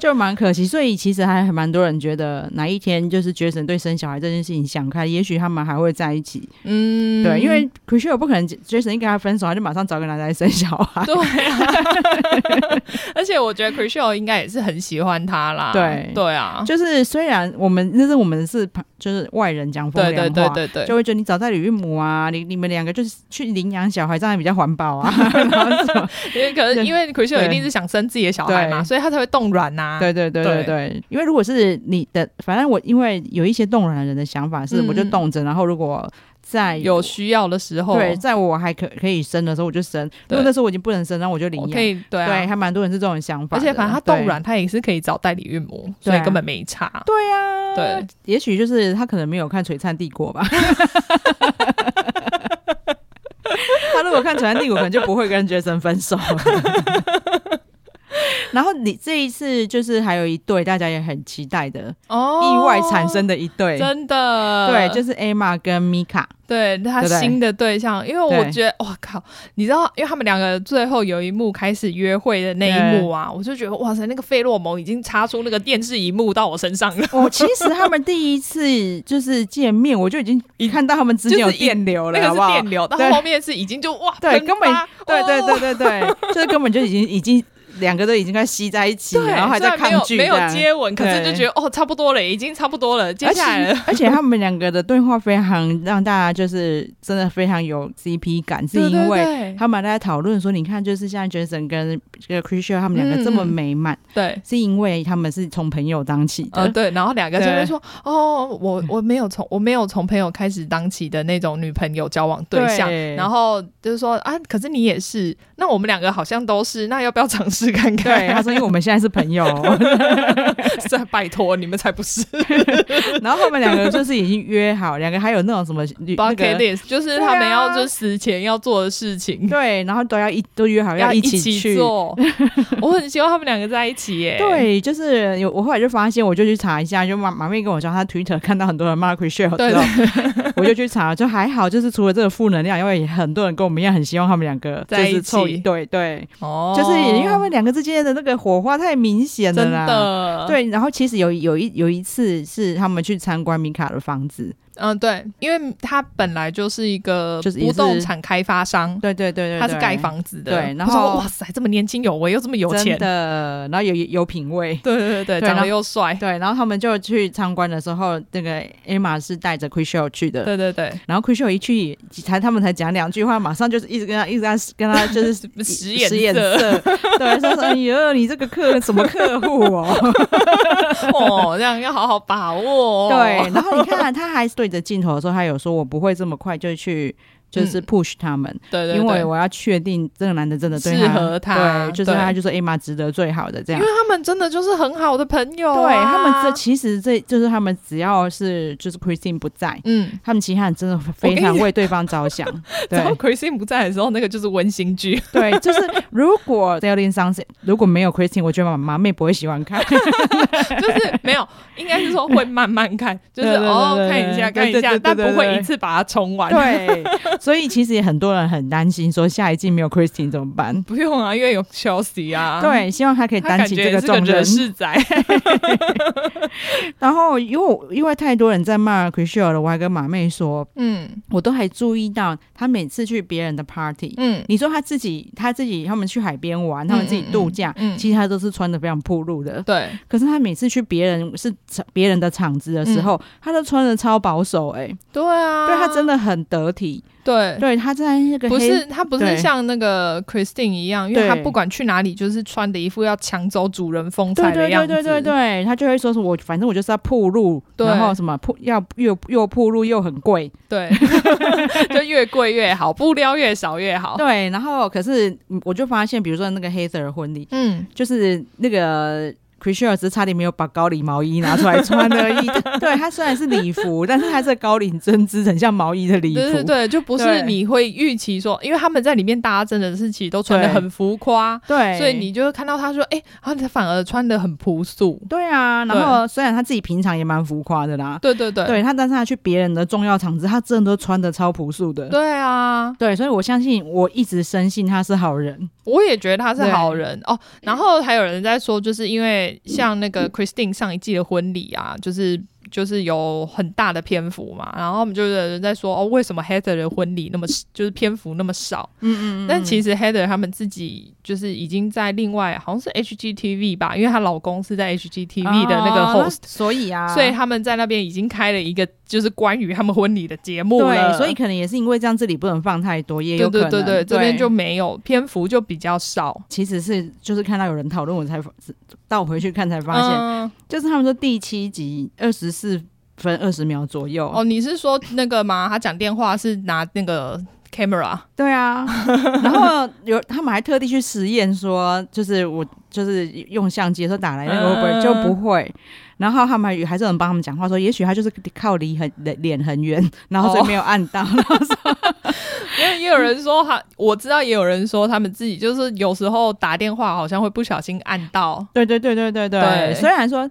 Speaker 3: 就蛮可惜。所以其实还蛮多人觉得哪一天就是 Jason 对生小孩这件事情想开，也许他们还会在一起。
Speaker 1: 嗯
Speaker 3: 对，因为 c h r i s t e 不可能 Jason 一跟他分手，他就马上找个男的来生小 孩。
Speaker 1: 对啊， 而且我觉得 Chriselle 应该也是很喜欢他啦。
Speaker 3: 对
Speaker 1: 对啊，
Speaker 3: 就是虽然我们那是我们是就是外人讲风
Speaker 1: 对
Speaker 3: 凉话，
Speaker 1: 对对对对，
Speaker 3: 就会觉得你找代理孕母啊，你你们两个就是去领养小孩，这样比较环保啊。 然后什么
Speaker 1: 因为可能
Speaker 3: 对
Speaker 1: 因为 Chriselle
Speaker 3: 对
Speaker 1: 一定是想生自己的小孩嘛，
Speaker 3: 对
Speaker 1: 所以他才会冻卵啊呐。
Speaker 3: 对对对
Speaker 1: 对
Speaker 3: 对对，因为如果是你的，反正我因为有一些冻卵人的想法是，
Speaker 1: 嗯
Speaker 3: 我就
Speaker 1: 嗯
Speaker 3: 冻着，然后如果在
Speaker 1: 有需要的时候，哦
Speaker 3: 对，在我还可可以生的时候我就生，
Speaker 1: 对
Speaker 3: 如果那时候我已经不能生，那我就领
Speaker 1: 我
Speaker 3: 养。
Speaker 1: 可以对啊。
Speaker 3: 对，还蛮多人是这种想法
Speaker 1: 而
Speaker 3: 的，
Speaker 1: 且反正他
Speaker 3: 对
Speaker 1: 冻。卵，他也是可以找代理孕母，
Speaker 3: 对
Speaker 1: 所
Speaker 3: 啊
Speaker 1: 以根本没差。
Speaker 3: 对啊，
Speaker 1: 对，
Speaker 3: 也许就是他可能没有看《璀璨帝国》吧。 他如果看《璀璨帝国》，可能就不会跟 Jason 分手 了。然后你这一次就是还有一对大家也很期待的、
Speaker 1: 哦
Speaker 3: 意外产生的一对，
Speaker 1: 真的
Speaker 3: 对，就是 Emma 跟 Mika。
Speaker 1: 对他
Speaker 3: 对不对
Speaker 1: 新的对象，因为我
Speaker 3: 对
Speaker 1: 觉得哇靠，你知道，因为他们两个最后有一幕开始约会的那一幕啊，我就觉得哇塞，那个费洛蒙已经插出那个电视荧幕到我身上了，
Speaker 3: 我、其实他们第一次就是见面，我就已经看到他们之间有
Speaker 1: 就是一
Speaker 3: 电流了，
Speaker 1: 那个
Speaker 3: 好
Speaker 1: 是
Speaker 3: 不好
Speaker 1: 电流，到
Speaker 3: 对
Speaker 1: 后面是已经就哇，
Speaker 3: 对，
Speaker 1: 喷
Speaker 3: 根本
Speaker 1: 发
Speaker 3: 对对
Speaker 1: 哦
Speaker 3: 对对对，就是根本就已经已经两个都已经快吸在一起，
Speaker 1: 对，
Speaker 3: 然后还在
Speaker 1: 虽然没
Speaker 3: 抗拒
Speaker 1: 有没
Speaker 3: 这
Speaker 1: 有
Speaker 3: 样
Speaker 1: 接吻，可是
Speaker 3: 对
Speaker 1: 就觉得哦，差不多了，已经差不多了，接
Speaker 3: 而
Speaker 1: 下来
Speaker 3: 且
Speaker 1: 了。
Speaker 3: 而且他们两个的对话非常让大家就是真的非常有 CP 感，是因为
Speaker 1: 对
Speaker 3: 他们在讨论说，你看就是像 Jason 跟这个 Christian 他们两个这么
Speaker 1: 嗯嗯
Speaker 3: 美满，
Speaker 1: 对
Speaker 3: 是因为他们是从朋友当起的。
Speaker 1: 呃对，然后两个就会
Speaker 3: 对嗯
Speaker 1: 说哦，我我没有从我没有从朋友开始当起的那种女朋友交往对象，
Speaker 3: 对
Speaker 1: 然后就是说啊，可是你也是，那我们两个好像都是，那要不要尝试看看？
Speaker 3: 对， 他说，因为我们现在是朋友，
Speaker 1: 说拜托你们才不是
Speaker 3: 然后他们两个就是已经约好，两个还有那种什么旅那
Speaker 1: bucket
Speaker 3: 个
Speaker 1: list，就是他们
Speaker 3: 对啊
Speaker 1: 要就死前要做的事情，
Speaker 3: 对，然后都要一都约好
Speaker 1: 要
Speaker 3: 一
Speaker 1: 起
Speaker 3: 去，
Speaker 1: 做。我很希望他们两个在一起耶。
Speaker 3: 对，就是有我后来就发现，我就去查一下，就马马妹跟我说，她 Twitter 看到很多人骂 c h r i s t e
Speaker 1: 对
Speaker 3: 之后， 我就去查，就还好，就是除了这个负能量，因为也很多人跟我们一样，很希望他们两个就
Speaker 1: 在一
Speaker 3: 是凑
Speaker 1: 起力，
Speaker 3: 对对，
Speaker 1: 哦
Speaker 3: 就是因为他们两个之间的那个火花太明显
Speaker 1: 真
Speaker 3: 了啦。
Speaker 1: 的，
Speaker 3: 对，然后其实有有一有一次是他们去参观米卡的房子，
Speaker 1: 嗯对，因为他本来就是一个
Speaker 3: 就是也
Speaker 1: 不
Speaker 3: 是
Speaker 1: 动产开发商，
Speaker 3: 对对对对
Speaker 1: 他是盖房子的，
Speaker 3: 对然
Speaker 1: 我说
Speaker 3: 后
Speaker 1: 哇塞，这么年轻有为又这么有
Speaker 3: 真
Speaker 1: 钱，
Speaker 3: 的，然后有有品味。
Speaker 1: 对对对，
Speaker 3: 对
Speaker 1: 长
Speaker 3: 然
Speaker 1: 得
Speaker 3: 后
Speaker 1: 又帅，
Speaker 3: 对，然后他们就去参观的时候，那个 Emma 是带着 Chrisio 去的，
Speaker 1: 对对对，
Speaker 3: 然后 Chrisio 一去，才他们才讲两句话，马上就是一直跟他一直跟他 跟他就是
Speaker 1: 使眼
Speaker 3: 使眼
Speaker 1: 色
Speaker 3: 色，对，说哎呦，你这个客什么客户哦？
Speaker 1: 哦，这样要好好把 握、哦，
Speaker 3: 对，然后你看他还对着镜头的时候，他有说我不会这么快就去就是
Speaker 1: 嗯
Speaker 3: push 他们，
Speaker 1: 对对对，
Speaker 3: 因为我要确定这个男的真的对
Speaker 1: 适合他
Speaker 3: 他，对，就是
Speaker 1: 对
Speaker 3: 他就说 Emma 值得最好的这样
Speaker 1: 因为。他们真的就是很好的朋友、啊
Speaker 3: 对他们这
Speaker 1: 这，
Speaker 3: 其实这就是他们只要是就是 Christine 不在，
Speaker 1: 嗯，
Speaker 3: 他们其他人真的非
Speaker 1: 我跟
Speaker 3: 常
Speaker 1: 你
Speaker 3: 为对方 着想。
Speaker 1: 然后
Speaker 3: 对
Speaker 1: Christine 不在的时候，那个就是温馨 剧，
Speaker 3: 对，就是如果 d a i l i n 上线，如果没有 Christine，我觉得妈妈妹不会喜欢 看。
Speaker 1: 就是没有，应该是说会慢慢 看，就是
Speaker 3: 对对对
Speaker 1: 哦
Speaker 3: 对
Speaker 1: 看一下
Speaker 3: 对
Speaker 1: 看一
Speaker 3: 对
Speaker 1: 下，
Speaker 3: 对对
Speaker 1: 但
Speaker 3: 对
Speaker 1: 不会
Speaker 3: 对
Speaker 1: 一次把它冲完。
Speaker 3: 对， 所以其实很多人很担心说下一季没有 Christine 怎么办？
Speaker 1: 不用啊，因为有 Chelsea 啊，，
Speaker 3: 对，希望他可以
Speaker 1: 他
Speaker 3: 担
Speaker 1: 感
Speaker 3: 起
Speaker 1: 觉
Speaker 3: 这
Speaker 1: 也
Speaker 3: 个
Speaker 1: 是个
Speaker 3: 重
Speaker 1: 惹
Speaker 3: 任。
Speaker 1: 事仔，
Speaker 3: 然后，因为我因为太多人在骂 Chriselle 了，我还跟马妹说，
Speaker 1: 嗯
Speaker 3: 我都还注意到他每次去别人的 party，、
Speaker 1: 嗯，
Speaker 3: 你说他自己他自己他们去海边玩，他们自己度假，
Speaker 1: 嗯嗯嗯
Speaker 3: 其实他都是穿的非常暴露的。
Speaker 1: 对，
Speaker 3: 可是他每次去别人是别人的场子的时候，
Speaker 1: 嗯
Speaker 3: 他都穿的超保守、欸，哎、
Speaker 1: 对啊，
Speaker 3: 对他真的很得体，
Speaker 1: 对。
Speaker 3: 对他在那个
Speaker 1: 哦不
Speaker 3: 黑
Speaker 1: 是他不是
Speaker 3: 对
Speaker 1: 像那个 Christine 一样，因为他
Speaker 3: 对
Speaker 1: 不管去哪里，就是穿的一副要抢走主人风
Speaker 3: 对
Speaker 1: 采的
Speaker 3: 对
Speaker 1: 样
Speaker 3: 对
Speaker 1: 子。
Speaker 3: 对对对，他就会说是我反正我就是要铺路，
Speaker 1: 对
Speaker 3: 然后什么铺要又又铺路又很贵，
Speaker 1: 对， 就越贵越好，布料越少越好。
Speaker 3: 对，然后可是嗯我就发现，比如说那个黑 e 的婚礼，
Speaker 1: 嗯，
Speaker 3: 就是那个。Chriselle 只是差点没有把高领毛衣拿出来穿而已。 对，它虽然是礼服，但是它是高领针织，很像毛衣的礼服。
Speaker 1: 对对对，就不是
Speaker 3: 对
Speaker 1: 你会预期说，因为他们在里面大家真的是其实都穿的
Speaker 3: 对
Speaker 1: 很浮夸，
Speaker 3: 对
Speaker 1: 所以你就会看到他说，哎、啊，他反而穿的很朴素。
Speaker 3: 对啊。然后虽然他自己平常也蛮浮夸的啦，
Speaker 1: 对对对
Speaker 3: 对他，但是他去别人的重要场子，他真的都穿的超朴素的。
Speaker 1: 对啊，
Speaker 3: 对，所以我相信，我一直深信他是好人。
Speaker 1: 我也觉得他是好人哦。然后还有人在说，就是因为像那 个 Christine 上一季的婚礼啊，就是。就是有很大的篇幅嘛，然后我们就有人在说哦，为什么 Heather 的婚礼那么就是篇幅那么少？
Speaker 3: 嗯嗯
Speaker 1: 但其实 Heather 他们自己就是已经在另外好像是 HGTV 吧，因为她老公是在 HGTV 的那个 host，、
Speaker 3: 哦所以啊，
Speaker 1: 所以他们在那边已经开了一个就是关于他们婚礼的节目了。
Speaker 3: 对，所以可能也是因为这样，这里不能放太多，也
Speaker 1: 对
Speaker 3: 有可
Speaker 1: 对
Speaker 3: 能
Speaker 1: 对对，这边就没有篇幅就比较少。
Speaker 3: 其实是就是看到有人讨论，我才倒回去看才发现，
Speaker 1: 嗯、
Speaker 3: 就是他们说第七集二十四分二十秒左右。
Speaker 1: 哦，你是说那个吗？他讲电话是拿那个 camera，
Speaker 3: 对 啊，然后有他们还特地去实验说，就是我就是用相机的时候打来那个会不会、
Speaker 1: 嗯
Speaker 3: 就不会。然后他们还还是有人帮他们讲话说，也许他就是靠离很脸很远，然后所以没有按 到。然后说
Speaker 1: 因为也有人说他，我知道也有人说他们自己就是有时候打电话好像会不小心按到。
Speaker 3: 对对对对对对。
Speaker 1: 对
Speaker 3: 虽然说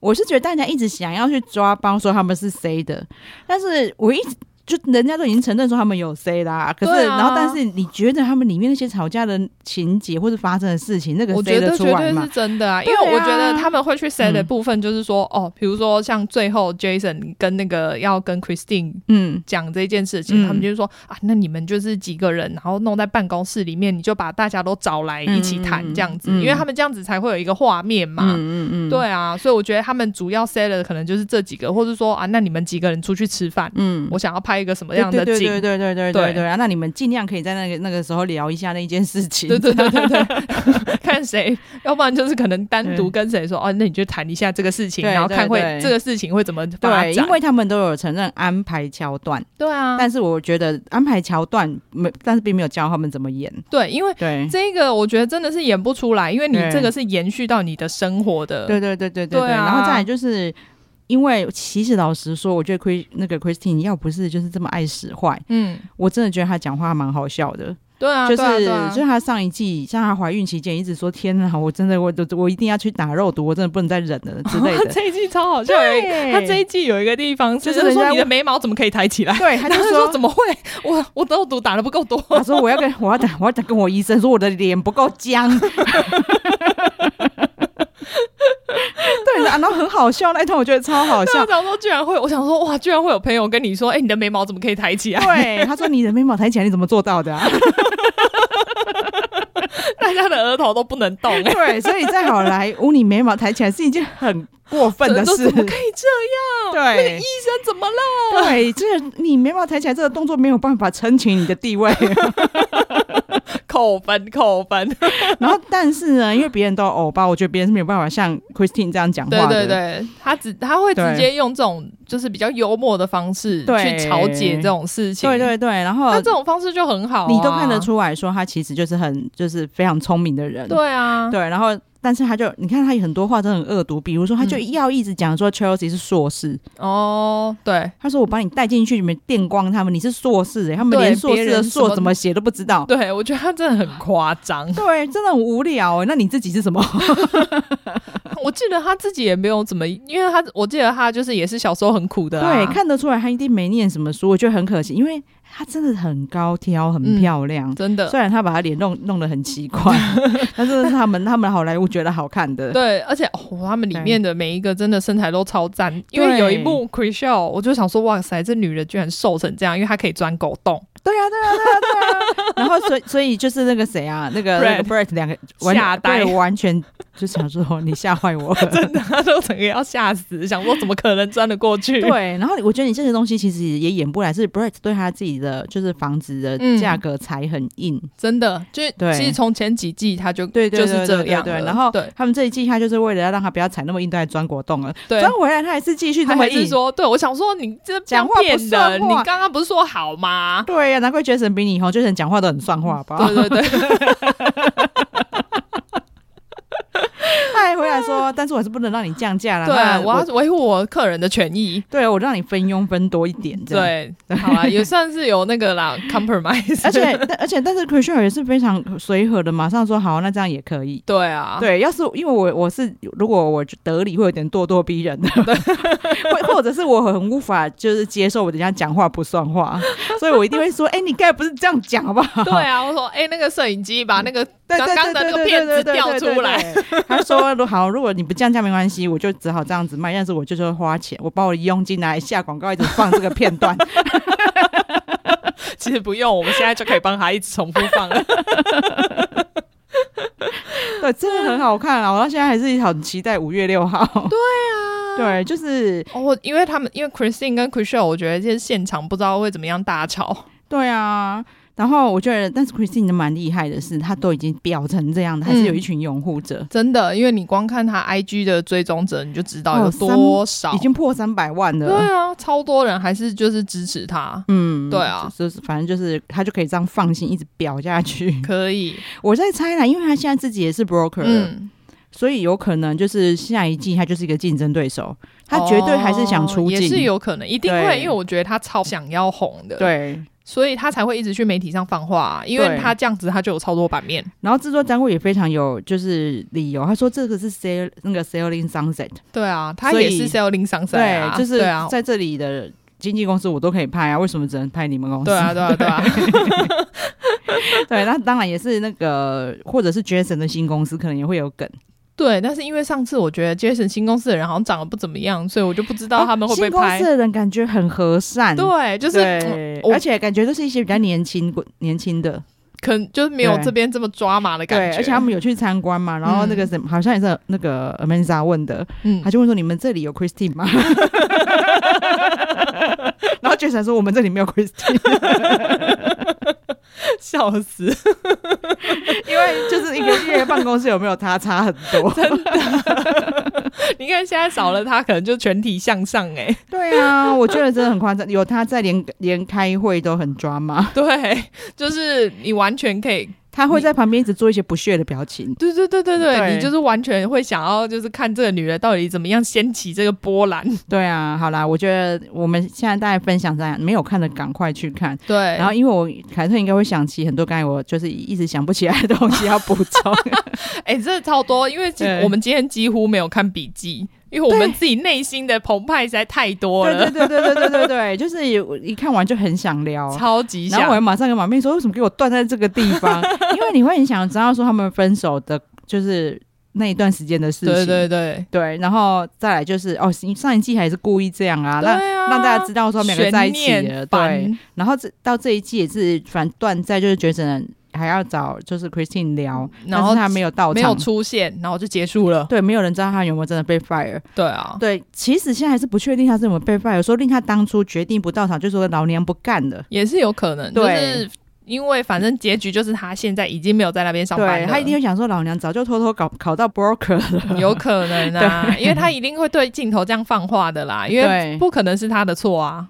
Speaker 3: 我是觉得大家一直想要去抓包说他们是 C 的，但是我一直。就人家都已经承认说他们有 C 啦，可是、
Speaker 1: 对啊
Speaker 3: 然后但是你觉得他们里面那些吵架的情节或者发生的事情，那个
Speaker 1: 我
Speaker 3: C
Speaker 1: 觉
Speaker 3: 的
Speaker 1: 得
Speaker 3: 出
Speaker 1: 绝
Speaker 3: 来
Speaker 1: 对
Speaker 3: 吗
Speaker 1: 是？真的啊，因
Speaker 3: 对
Speaker 1: 为
Speaker 3: 啊
Speaker 1: 我觉得他们会去 say 的
Speaker 3: 嗯
Speaker 1: 部分就是说，哦，比如说像最后 Jason 跟那个要跟 Christine
Speaker 3: 嗯，
Speaker 1: 讲这件事情，
Speaker 3: 嗯
Speaker 1: 他们就是说啊，那你们就是几个人，然后弄在办公室里面，你就把大家都找来一起谈
Speaker 3: 嗯嗯
Speaker 1: 这样子，
Speaker 3: 嗯
Speaker 1: 因为他们这样子才会有一个画面嘛。
Speaker 3: 嗯嗯嗯，
Speaker 1: 对啊，所以我觉得他们主要 say 的可能就是这几个，或者说啊，那你们几个人出去吃饭，
Speaker 3: 嗯，
Speaker 1: 我想要拍一个什么样的
Speaker 3: 对
Speaker 1: 景
Speaker 3: 对对对对对
Speaker 1: 对
Speaker 3: 对对啊！那你们尽量可以在那个那个时候聊一下那一件事情。
Speaker 1: 对对对对对， 看谁，要不然就是可能单独跟谁说，哦，那你就谈一下这个事情，
Speaker 3: 对
Speaker 1: 然后看
Speaker 3: 对
Speaker 1: 会
Speaker 3: 对
Speaker 1: 这个事情会怎么发
Speaker 3: 对，
Speaker 1: 展
Speaker 3: 因。为他们都有承认安排桥段，
Speaker 1: 对啊，
Speaker 3: 但是我觉得安排桥段没，但是并没有教他们怎么演。
Speaker 1: 对，因为
Speaker 3: 对，啊
Speaker 1: 这个我觉得真的是演不出来，因为你
Speaker 3: 对
Speaker 1: 这个是延续到你的生活的。
Speaker 3: 对对对对对
Speaker 1: 对啊
Speaker 3: 然后再来就是。因为其实老实说，我觉得 Chris 那个 Christine 要不是就是这么爱使坏，
Speaker 1: 嗯，
Speaker 3: 我真的觉得她讲话蛮好笑的。
Speaker 1: 对对啊，
Speaker 3: 就是、
Speaker 1: 对啊对啊
Speaker 3: 就是她上一季，像她怀孕期间一直说：“天哪，我真的我我我一定要去打肉毒，我真的不能再忍了之 类的。
Speaker 1: 这一季超好笑，有一
Speaker 3: 对
Speaker 1: 他这一季有一个地方
Speaker 3: 就是
Speaker 1: 是
Speaker 3: 人
Speaker 1: 说
Speaker 3: 家
Speaker 1: 你的眉毛怎么可以抬起来”？
Speaker 3: 对，她就
Speaker 1: 然后
Speaker 3: 说
Speaker 1: 说怎么会？我我都毒打的不够 多，
Speaker 3: 他说我要跟我要打我要打跟我医生说我的脸不够僵。 对，然后很好笑那一段，我觉得超好
Speaker 1: 校
Speaker 3: 笑。
Speaker 1: 长说居然会，我想说哇，居然会有朋友跟你说，哎、你的眉毛怎么可以抬起啊 来？
Speaker 3: 对，他说你的眉毛抬起来，你怎么做 到的、啊？
Speaker 1: 大家的额头都不 能动、哎，
Speaker 3: 对，所以在好莱坞，你眉毛抬起来是一件很过分的
Speaker 1: 这
Speaker 3: 事
Speaker 1: 怎。么可以这样？啊
Speaker 3: 对
Speaker 1: 那个医生怎么了？
Speaker 3: 对，这个你眉毛抬起来这个动作没有办法撑起你的地位。
Speaker 1: 扣分扣分，
Speaker 3: 然后，但是呢，因为别人都有欧巴，我觉得别人是没有办法像 Christine 这样讲
Speaker 1: 对
Speaker 3: 话
Speaker 1: 对
Speaker 3: 的。
Speaker 1: 对，他只他会
Speaker 3: 对
Speaker 1: 直接用这种就是比较幽默的方式
Speaker 3: 对
Speaker 1: 去调解这种事情，
Speaker 3: 对对对然后
Speaker 1: 他这种方式就很好、啊
Speaker 3: 你都看得，出来说他其实就是很就是非常聪明的人。
Speaker 1: 对啊，
Speaker 3: 对，然后但是他就你看他有很多话真的很恶毒，比如说
Speaker 1: 嗯
Speaker 3: 他就要一直讲说 Chelsea 是硕士，
Speaker 1: 哦，对
Speaker 3: 他说我把你带进去里面电光他们，你是硕士、欸，他们
Speaker 1: 对
Speaker 3: 连硕士
Speaker 1: 别
Speaker 3: 的
Speaker 1: 人什
Speaker 3: 硕
Speaker 1: 么
Speaker 3: 怎么写都不知道。。
Speaker 1: 对，我觉得他真的很夸张
Speaker 3: 对，真的很无聊、欸。那你自己是什么？
Speaker 1: 我记得他自己也没有怎么，因为他我记得他就是也是小时候很苦的、啊，
Speaker 3: 对，看得出来他一定没念什么书，我觉得很可惜，因为他真的很高挑，很
Speaker 1: 嗯
Speaker 3: 漂亮。
Speaker 1: 真的
Speaker 3: 虽然他把他脸弄弄得很奇 怪，但是是他们他们好莱坞觉得好看的。
Speaker 1: 对，而且哦，他们里面的每一个真的身材都超赞，因为有一幕 c r i s h e l 我就想说，哇塞，这女的居然瘦成这样，因为她可以钻狗洞，
Speaker 3: 对啊，对啊，对啊，对啊。 然后所以所以就是那个谁啊，那个
Speaker 1: Brett
Speaker 3: 那个 Brett 两个完
Speaker 1: 吓呆
Speaker 3: 对完全就想说你吓坏我 了。
Speaker 1: 真的，她都整个要吓死，想说怎么可能钻得过去？
Speaker 3: 对，然后我觉得你这些东西其实也演不来，是 Brett 对他自己的就是房子的
Speaker 1: 嗯
Speaker 3: 价格才很硬。
Speaker 1: 真的，就是
Speaker 3: 对
Speaker 1: 其实从前几季她就
Speaker 3: 对对
Speaker 1: 就
Speaker 3: 对
Speaker 1: 是这样
Speaker 3: 对
Speaker 1: 了
Speaker 3: 对对然后
Speaker 1: 对
Speaker 3: 他们这一季他就是为了要让他不要踩那么硬，都还钻果冻了。
Speaker 1: 对
Speaker 3: 钻。回来他还是继续
Speaker 1: 她
Speaker 3: 那么
Speaker 1: 还是
Speaker 3: 硬。
Speaker 1: 说，对我想说，你这
Speaker 3: 讲
Speaker 1: 样
Speaker 3: 话不
Speaker 1: 骗
Speaker 3: 算
Speaker 1: 人，
Speaker 3: 话
Speaker 1: 你刚刚不是说好吗？
Speaker 3: 对啊呀、难怪 Jason 比你以后 Jason 讲话都很算话吧？
Speaker 1: 对对 对，
Speaker 3: 他还回来说，但是我还是不能让你降价啦。
Speaker 1: 对
Speaker 3: 那
Speaker 1: 我要维护我客人的权益。
Speaker 3: 对我让你分佣分多一点这样。
Speaker 1: 对，好啊，也算是有那个 啦，compromise。
Speaker 3: 而 且，但而且，但是 c h r i s t i a 也是非常随和的，马上说好，那这样也可以。
Speaker 1: 对啊，
Speaker 3: 对，要是因为我我是如果我得理会有点咄咄逼人的，或或者是我很无法就是接受我人家讲话不算话，所以我一定会说，哎、你刚才不是这样讲好不好？
Speaker 1: 对啊，我说，哎、那个摄影机把那个
Speaker 3: 对
Speaker 1: 刚
Speaker 3: 对
Speaker 1: 刚的那
Speaker 3: 对
Speaker 1: 个
Speaker 3: 对
Speaker 1: 片
Speaker 3: 对对
Speaker 1: 子
Speaker 3: 对
Speaker 1: 调
Speaker 3: 对对
Speaker 1: 出来，
Speaker 3: 对他说如好，如果你不降价没关系，我就只好这样子卖，但是我就是会花钱，我把我的佣金拿来下广告，一直放这个片段。
Speaker 1: 其实不用，我们现在就可以帮他一直重复放了。
Speaker 3: 对，真的很好看啊！我到现在还是很期待五月六号。
Speaker 1: 对。啊
Speaker 3: 对，就是
Speaker 1: 哦，我因为他们因为 Christine 跟 c h r i s t e l 我觉得这现场不知道会怎么样大吵。
Speaker 3: 对啊。然后我觉得，但是 Christine 蛮厉害的是，她都已经表成这样的，还是有一群拥护者，
Speaker 1: 真的，因为你光看他 IG 的追踪者，你就知道
Speaker 3: 哦
Speaker 1: 有多少，
Speaker 3: 已经破三百万
Speaker 1: 对
Speaker 3: 了。
Speaker 1: 啊，超多人还是就是支持他，
Speaker 3: 嗯，
Speaker 1: 对啊
Speaker 3: 就是反正就是她就可以这样放心一直表下去。
Speaker 1: 可以，
Speaker 3: 我在猜啦，因为她现在自己也是 broker 了，
Speaker 1: 嗯，
Speaker 3: 所以有可能就是下一季她就是一个竞争对手，她绝对还是想出
Speaker 1: 哦
Speaker 3: 镜，
Speaker 1: 也是有可能，一定会，
Speaker 3: 对
Speaker 1: 因为我觉得他超想要红的，，
Speaker 3: 对。
Speaker 1: 所以他才会一直去媒体上放话、啊，因为
Speaker 3: 对
Speaker 1: 他这样子他就有超多版面，
Speaker 3: 然后制作单位也非常有就是理由，他说这个是 sale 那个 selling sunset，
Speaker 1: 对啊，他
Speaker 3: 所
Speaker 1: 也
Speaker 3: 以
Speaker 1: 是 selling 上身啊，
Speaker 3: 就是
Speaker 1: 对啊。
Speaker 3: 在这里的经纪公司我都可以拍啊，为什么只能拍你们公司？
Speaker 1: 对啊，对啊，对啊，
Speaker 3: 对，那当然也是那个或者是 Jason 的新公司可能也会有梗，
Speaker 1: 对。但是因为上次我觉得 Jason 新公司的人好像长得不怎么样，所以我就不知道他们会不会
Speaker 3: 啊新
Speaker 1: 拍
Speaker 3: 公。司的人感觉很和善，
Speaker 1: 对，就是嗯
Speaker 3: 对，
Speaker 1: 我
Speaker 3: 而且感觉都是一些比较年轻年轻的，
Speaker 1: 可能就是没有
Speaker 3: 对
Speaker 1: 这边这么抓马的感
Speaker 3: 对，
Speaker 1: 觉。
Speaker 3: 而且他们有去参观嘛，然后那个什么、好像也是那个 Amanda 问的，
Speaker 1: 嗯
Speaker 3: 他，就问说：“你们这里有 Christine 吗？” 然后 Jason 说：“我们这里没有 Christine，
Speaker 1: 笑死，
Speaker 3: 因为就是一个月办公室有没有他差很多。
Speaker 1: 你看现在少了他，可能就全体向上哎、”
Speaker 3: 对啊，我觉得真的很夸张，有他在连连开会都很抓马。
Speaker 1: 对，就是你完全可以
Speaker 3: 他会在旁边一直做一些不屑的表情。
Speaker 1: 对对对对对，
Speaker 3: 对
Speaker 1: 你就是完全会想要，就是看这个女的到底怎么样掀起这个波澜。
Speaker 3: 对啊，好啦，我觉得我们现在大概分享这样，没有看的赶快去看。
Speaker 1: 对，
Speaker 3: 然后，因为我凯特应该会想起很多刚才我就是一直想不起来的东西要补 充。
Speaker 1: 哎、真的超多，因为其实
Speaker 3: 对
Speaker 1: 我们今天几乎没有看笔记，因为我们自己内心的澎湃实在太多了
Speaker 3: 对，对对对对对对对，就是有一看完就很想聊。
Speaker 1: 超级
Speaker 3: 哦然后我还
Speaker 1: 想。
Speaker 3: 马上跟马妹说，为什么给我断在这个地 方？因为你会很想知道说他们分手的，就是那一段时间的事情。
Speaker 1: 对对对，
Speaker 3: 对然后再来就是哦，上一季还是故意这样啊，让
Speaker 1: 对啊
Speaker 3: 让大家知道说他们两个在一起
Speaker 1: 悬
Speaker 3: 了。
Speaker 1: 念嗯
Speaker 3: 对，
Speaker 1: 烦
Speaker 3: 然后这到这一季也是，反正断在就是觉得还要找就是 Christine 聊，
Speaker 1: 嗯然
Speaker 3: 但
Speaker 1: 后
Speaker 3: 是他没有到
Speaker 1: 没
Speaker 3: 场，
Speaker 1: 有出现，然后就结束了。
Speaker 3: 对，没有人知道他有没有真的被 fire。
Speaker 1: 对啊，
Speaker 3: 对，其实现在还是不确定他是有没有被 fire，说不定他当初决定不到场，就说老娘不干了。
Speaker 1: 也是有可能，就
Speaker 3: 对
Speaker 1: 是因为反正结局就是他现在已经没有在那边上班
Speaker 3: 对
Speaker 1: 了，
Speaker 3: 他一定会想说，老娘早就偷偷搞考到 broker 了。
Speaker 1: 有可能 啊，因为他一定会对镜头这样放话的啦，因为
Speaker 3: 对
Speaker 1: 不可能是他的错啊。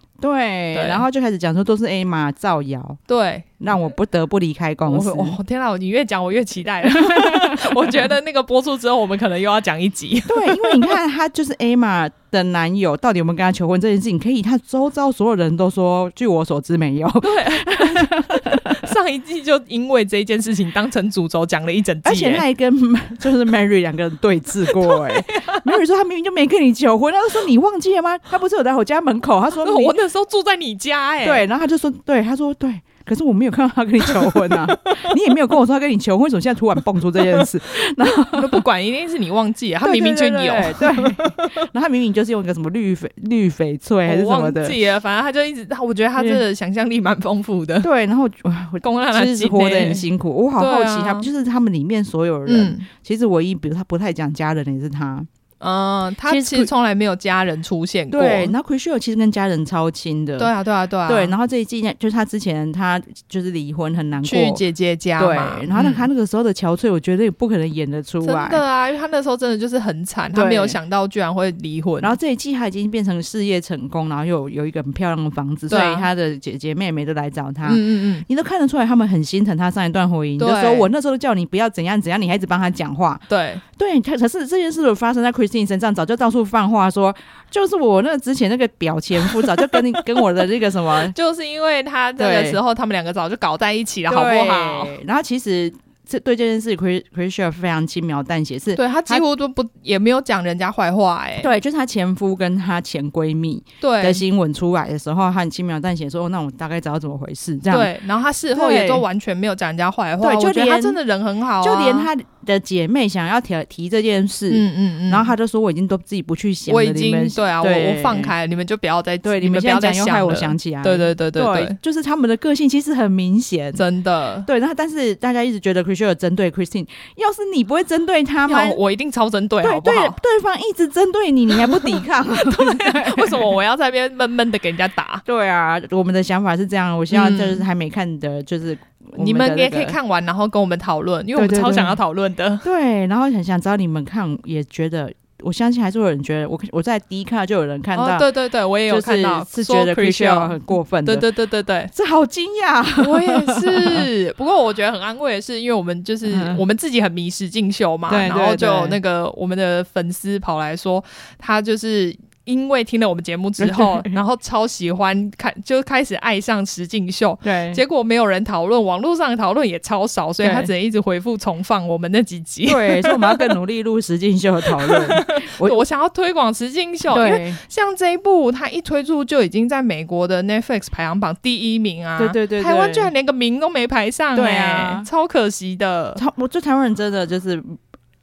Speaker 3: 对，
Speaker 1: 对
Speaker 3: 然后就开始讲说都是 A 嘛造谣，
Speaker 1: 对，
Speaker 3: 让我不得不离开公司
Speaker 1: 我。我天啦，你越讲我越期待 了。我觉得那个播出之后，我们可能又要讲一集。
Speaker 3: 对，因为你看他就是 A 嘛的男友，到底有没有跟他求婚这件事情，可以他周遭所有人都说，据我所知 没有。
Speaker 1: 对，上一季就因为这件事情当成主轴讲了一整季耶，
Speaker 3: 而且他还跟 就是 Mary 两个人对峙过 哎、Mary 说他明明就没跟你求婚，他就说你忘记了吗？他不是有在我家门口？他说
Speaker 1: 那
Speaker 3: 你
Speaker 1: 我那时候住在你家哎、
Speaker 3: 哦对，然后他就说对，他说对，可是我没有看到他跟你求婚 啊，你也没有跟我说他跟你求婚，为什么现在突然蹦出这件事？
Speaker 1: 对，不管一定是你忘记
Speaker 3: 啊
Speaker 1: 了，他明明就有，
Speaker 3: 对 对对对然后他明明就是用一个什么绿翡绿翡翠哎还是
Speaker 1: 我
Speaker 3: 什么
Speaker 1: 忘
Speaker 3: 的，嗯
Speaker 1: 记了，反正他就一直，他我觉得他真的想象力蛮丰富的，
Speaker 3: 对，然后我哇我
Speaker 1: 公让他欸
Speaker 3: 其实活得很辛苦，我好好
Speaker 1: 对
Speaker 3: 奇
Speaker 1: 啊
Speaker 3: 他们，就是他们里面所有人，
Speaker 1: 嗯。
Speaker 3: 其实唯一比如他不太讲家人的也是他，
Speaker 1: 嗯，他
Speaker 3: 其实
Speaker 1: 其实从来没有家人出现过。
Speaker 3: 对，然后 c h r i s t 其实跟家人超亲的，
Speaker 1: 对啊，对啊，对啊，
Speaker 3: 对，然后这一季呢，就是他之前他就是离婚很难过，
Speaker 1: 去姐姐家
Speaker 3: 对，
Speaker 1: 嘛
Speaker 3: 然后呢，
Speaker 1: 嗯
Speaker 3: 他那个时候的憔悴，我觉得也不可能演得出
Speaker 1: 真
Speaker 3: 来。
Speaker 1: 的啊，因为他那时候真的就是很惨，他
Speaker 3: 对
Speaker 1: 没有想到居然会离婚。
Speaker 3: 然后这一季他已经变成事业成功，然后又有有一个很漂亮的房子，
Speaker 1: 对
Speaker 3: 所
Speaker 1: 啊
Speaker 3: 以他的姐姐妹妹都来找他。
Speaker 1: 嗯嗯嗯，
Speaker 3: 你都看得出来，他们很心疼他上一段婚姻。你就
Speaker 1: 对
Speaker 3: 说我那时候都叫你不要怎样怎样，你还一直帮他讲话。
Speaker 1: 对，
Speaker 3: 对，他可是这件事如果发生在 Christine 身上，早就到处放话说，就是我那之前那个表前夫，早就 跟你跟我的那个什么
Speaker 1: 就是因为他那个
Speaker 3: 对
Speaker 1: 时候他们两个早就搞在一起了，好不好？
Speaker 3: 对？然后其实这对这件事 c h r i s t i a 非常轻描淡写，是
Speaker 1: 对他几乎都不也没有讲人家坏话、哎，
Speaker 3: 对，就是她前夫跟她前闺蜜的
Speaker 1: 对
Speaker 3: 新闻出来的时候，她很轻描淡写说：“哦，那我大概知道怎么回事。”这样，
Speaker 1: 对，然后他事后也
Speaker 3: 对
Speaker 1: 都完全没有讲人家坏话，
Speaker 3: 对就
Speaker 1: 我觉得他
Speaker 3: 连
Speaker 1: 真的人很好、啊，
Speaker 3: 就连她的姐妹想要提提这件事，
Speaker 1: 嗯嗯嗯，
Speaker 3: 然后她就说：“我已经都自己不去想了，
Speaker 1: 我已
Speaker 3: 你
Speaker 1: 经
Speaker 3: 们
Speaker 1: 对啊，我
Speaker 3: 对
Speaker 1: 我放开了，你们就不要再
Speaker 3: 对
Speaker 1: 你们不
Speaker 3: 现
Speaker 1: 要
Speaker 3: 在
Speaker 1: 再
Speaker 3: 讲又害
Speaker 1: 了
Speaker 3: 我想起来，
Speaker 1: 对对对对对，
Speaker 3: 就是他们的个性其实很明显。”
Speaker 1: 真的。
Speaker 3: 对，然后但是大家一直觉得 c h r i s t i a 针对 Christine，要是你不会针对他
Speaker 1: 要
Speaker 3: 们，
Speaker 1: 我一定超针对，好
Speaker 3: 对
Speaker 1: 不
Speaker 3: 对
Speaker 1: 好，？
Speaker 3: 对方一直针对你，你还不抵抗？
Speaker 1: 为什么我要在那边闷闷的给人家打？
Speaker 3: 对啊，我们的想法是这样。我希望
Speaker 1: 嗯
Speaker 3: 就是还没看的，就是我
Speaker 1: 你
Speaker 3: 们
Speaker 1: 们
Speaker 3: 的
Speaker 1: 也
Speaker 3: 那
Speaker 1: 可以
Speaker 3: 个。
Speaker 1: 看完，然后跟我们讨论，因为我们
Speaker 3: 对对
Speaker 1: 超想
Speaker 3: 对
Speaker 1: 要讨论的。
Speaker 3: 对，然后很想知道你们看，也觉得我相信还是会有人觉得我我在第一看就有人看到，
Speaker 1: 哦，对对对，我也有
Speaker 3: 就
Speaker 1: 看
Speaker 3: 是
Speaker 1: 到，
Speaker 3: 是
Speaker 1: 说
Speaker 3: 觉得 c h r i s t i a
Speaker 1: Christian
Speaker 3: 很过分的，，
Speaker 1: 对对对对对
Speaker 3: 这好惊 讶。
Speaker 1: 我也是。不过我觉得很安慰的是，因为我们就是、
Speaker 3: 嗯
Speaker 1: 我们自己很迷失进修嘛，
Speaker 3: 对对
Speaker 1: 然后就有
Speaker 3: 对
Speaker 1: 那个我们的粉丝跑来说，他就是。因为听了我们节目之 后，然后超喜欢看，就开始爱上石进秀。
Speaker 3: 对
Speaker 1: 结果没有人讨论，网络上的讨论也超少，所以
Speaker 3: 对
Speaker 1: 他只能一直回复重放我们那几集。
Speaker 3: 对，所以我们要更努力录实境秀的讨 论。我
Speaker 1: 我想要推广石进秀，因为
Speaker 3: 对
Speaker 1: 像这一部，它一推出就已经在美国的 Netflix 排行榜第一名啊！
Speaker 3: 对对对对
Speaker 1: 台湾居然连个名都没排上、欸，
Speaker 3: 对啊
Speaker 1: 超可惜的。
Speaker 3: 台，我觉得台湾人真的就是。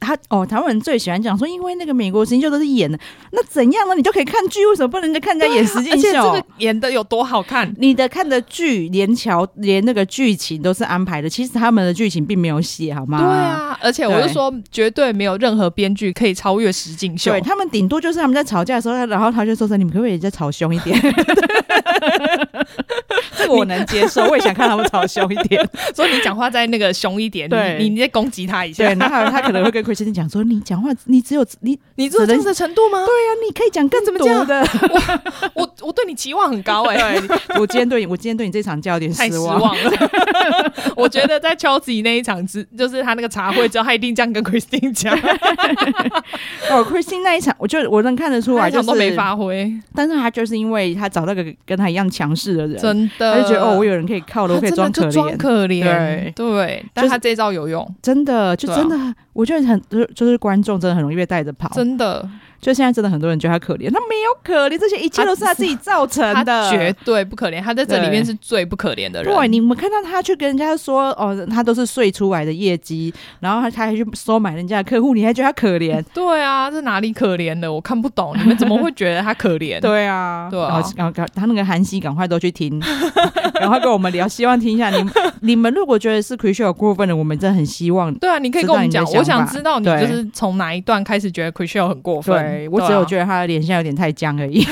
Speaker 3: 他哦，台湾人最喜欢讲说，因为那个美国实境秀都是演的，那怎样呢？你就可以看剧，为什么不能人家看人家演实境
Speaker 1: 而
Speaker 3: 秀？
Speaker 1: 且这个演的有多好看？
Speaker 3: 你的看的剧，连桥连那个剧情都是安排的，其实他们的剧情并没有写，好吗？
Speaker 1: 对。啊，而且我就
Speaker 3: 对
Speaker 1: 说，绝对没有任何编剧可以超越石敬秀
Speaker 3: 对。 他们顶多就是 他们在吵架的时候，然后他就说说你们可不可以再吵凶一点？这个我能接受，我也想看他们吵凶一点。
Speaker 1: 所以你讲话再那个凶一点，
Speaker 3: 对
Speaker 1: 你你再攻击他一下
Speaker 3: 对，，然后他可能会跟 Christine 讲说：“你讲话，你只有你，
Speaker 1: 你做到这样子的程度吗？
Speaker 3: 对啊，你可以讲更
Speaker 1: 怎么
Speaker 3: 毒
Speaker 1: 这样
Speaker 3: 的。
Speaker 1: 我我对你期望很高哎、
Speaker 3: 对，我今天对你，我今天对你这场叫有点
Speaker 1: 太失
Speaker 3: 失望。
Speaker 1: 望了。 我觉得在 Chelsea 那一场之，就是他那个茶会之后，他一定这样跟 Christine 讲，
Speaker 3: 哦，Christine 那一场，我就我能看得出
Speaker 1: 他
Speaker 3: 来，
Speaker 1: 一
Speaker 3: 就
Speaker 1: 场
Speaker 3: 是
Speaker 1: 都没发挥，
Speaker 3: 但是他就是因为他找到个跟他一样强势的人，
Speaker 1: 真的。
Speaker 3: 他就觉得哦，我有人可以靠了，我
Speaker 1: 他
Speaker 3: 可以
Speaker 1: 真的就
Speaker 3: 装可
Speaker 1: 装
Speaker 3: 怜。
Speaker 1: 可怜，
Speaker 3: 对
Speaker 1: 对，但
Speaker 3: 就是
Speaker 1: 他这招有用，
Speaker 3: 真的，就
Speaker 1: 对啊
Speaker 3: 真的，我觉得很就就是观众真的很容易被带着跑。
Speaker 1: 真的，
Speaker 3: 就现在真的很多人觉得他可怜，他没有可怜，这些一切都是他自己造成
Speaker 1: 他
Speaker 3: 的。
Speaker 1: 绝对不可怜，他在这里面是最不可怜的人。
Speaker 3: 对，你们看到他去跟人家说哦，他都是税出来的业绩，然后他他还去收买人家的客户，你还觉得他可怜？
Speaker 1: 对啊，这哪里可怜了？我看不 懂，你们怎么会觉得他可怜？
Speaker 3: 对啊，
Speaker 1: 对啊
Speaker 3: 然后赶赶他那个韩熙赶快都去听， 赶快跟我们聊，希望听一下你们你们如果觉得是 c h r i s 有过分的，我们真的很希望。
Speaker 1: 对啊，你可以跟我们讲，
Speaker 3: 知道
Speaker 1: 我
Speaker 3: 你的想法
Speaker 1: 想知道你
Speaker 3: 对
Speaker 1: 就是从哪一段开始觉得 c h r i s t e l 很过分。
Speaker 3: 对我
Speaker 1: 啊
Speaker 3: 只有觉得他的脸现在有点太僵而已。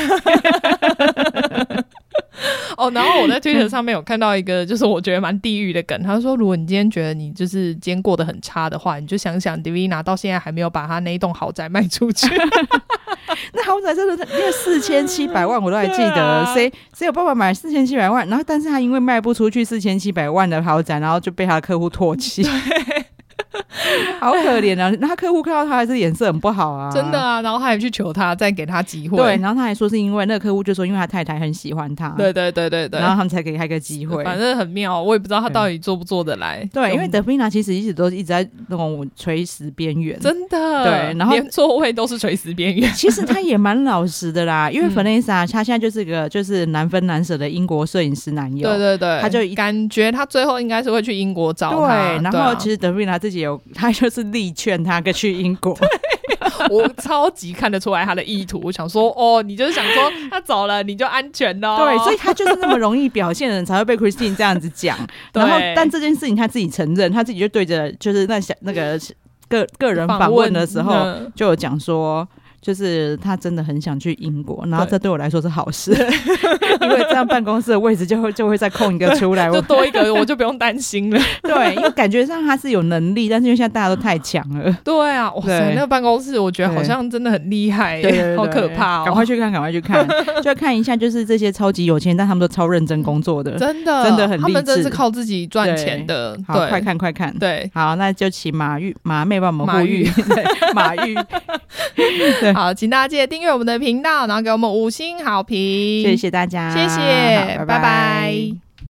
Speaker 1: 哦，然后我在 Twitter 上面有看到一个，就是我觉得蛮地狱的梗。他说，如果你今天觉得你就是今天过得很差的话，你就想想 Divina 到现在还没有把他那一栋豪宅卖出去，
Speaker 3: 那豪宅真的是因为四千七百万，我都还记
Speaker 1: 对
Speaker 3: 得，
Speaker 1: 啊
Speaker 3: 谁谁有办法买四千七百万？然后，但是他因为卖不出去四千七百万的豪宅，然后就被他的客户唾弃。 好可怜啊！那他客户看到他还是脸色很不好啊，
Speaker 1: 真的。啊。然后他还去求他再给他机会，
Speaker 3: 对，然后他还说是因为那个客户就说，因为他太太很喜欢他，
Speaker 1: 对对对对对
Speaker 3: 然后他们才给他一个机会。
Speaker 1: 反正很妙，我也不知道他到底做不做得来。
Speaker 3: 对，
Speaker 1: 就
Speaker 3: 因为德芙娜其实一直都一直在那种垂死边缘，
Speaker 1: 真的
Speaker 3: 对然后
Speaker 1: 连座位都是垂死边缘，
Speaker 3: 其实他也蛮老实的啦，因为
Speaker 1: 嗯
Speaker 3: Vanessa 他现在就是个就是难分难舍的英国摄影师男友，
Speaker 1: 对对对，
Speaker 3: 他就一
Speaker 1: 感觉他最后应该是会去英国找
Speaker 3: 对
Speaker 1: 他。
Speaker 3: 然
Speaker 1: 啊
Speaker 3: 后其实德瑞娜自己有， 他就是力劝他跟去英国，
Speaker 1: 我超级看得出来他的意图，我想说哦，你就是想说他走了你就安全了，
Speaker 3: 对，所以他就是那么容易表现的人才会被 Christine 这样子讲。
Speaker 1: 对
Speaker 3: 然后，但这件事情他自己承认，他自己就对着就是那小那个个个人访问的时候，
Speaker 1: 嗯
Speaker 3: 就有讲说。就是他真的很想去英国，然后这对我来说是好事，因为这样办公室的位置就会就会再空一个 出来。
Speaker 1: 就
Speaker 3: 我
Speaker 1: 多一个我就不用担心了。
Speaker 3: 对，因为感觉上他是有能力，但是因为现在大家都太强了，
Speaker 1: 对啊，哇塞，
Speaker 3: 对
Speaker 1: 那个办公室我觉得好像真的很厉害 耶，
Speaker 3: 对对对
Speaker 1: 好可怕
Speaker 3: 赶
Speaker 1: 哦，
Speaker 3: 快去看，赶快 去看，就看一下，就是这些超级有钱，但他们都超认真工作 的。
Speaker 1: 真的
Speaker 3: 真的很
Speaker 1: 他们
Speaker 3: 励
Speaker 1: 真的
Speaker 3: 志
Speaker 1: 是靠自己赚钱的，
Speaker 3: 好，快
Speaker 1: 对
Speaker 3: 看，快看。
Speaker 1: 对。
Speaker 3: 好，那就请马玉马妹帮我们
Speaker 1: 马
Speaker 3: 呼
Speaker 1: 玉
Speaker 3: 吁， 对马玉，对
Speaker 1: 好，请大家记得订阅我们的频道，然后给我们五星好评，
Speaker 3: 谢谢大家，
Speaker 1: 谢谢
Speaker 3: 啊好
Speaker 1: 拜拜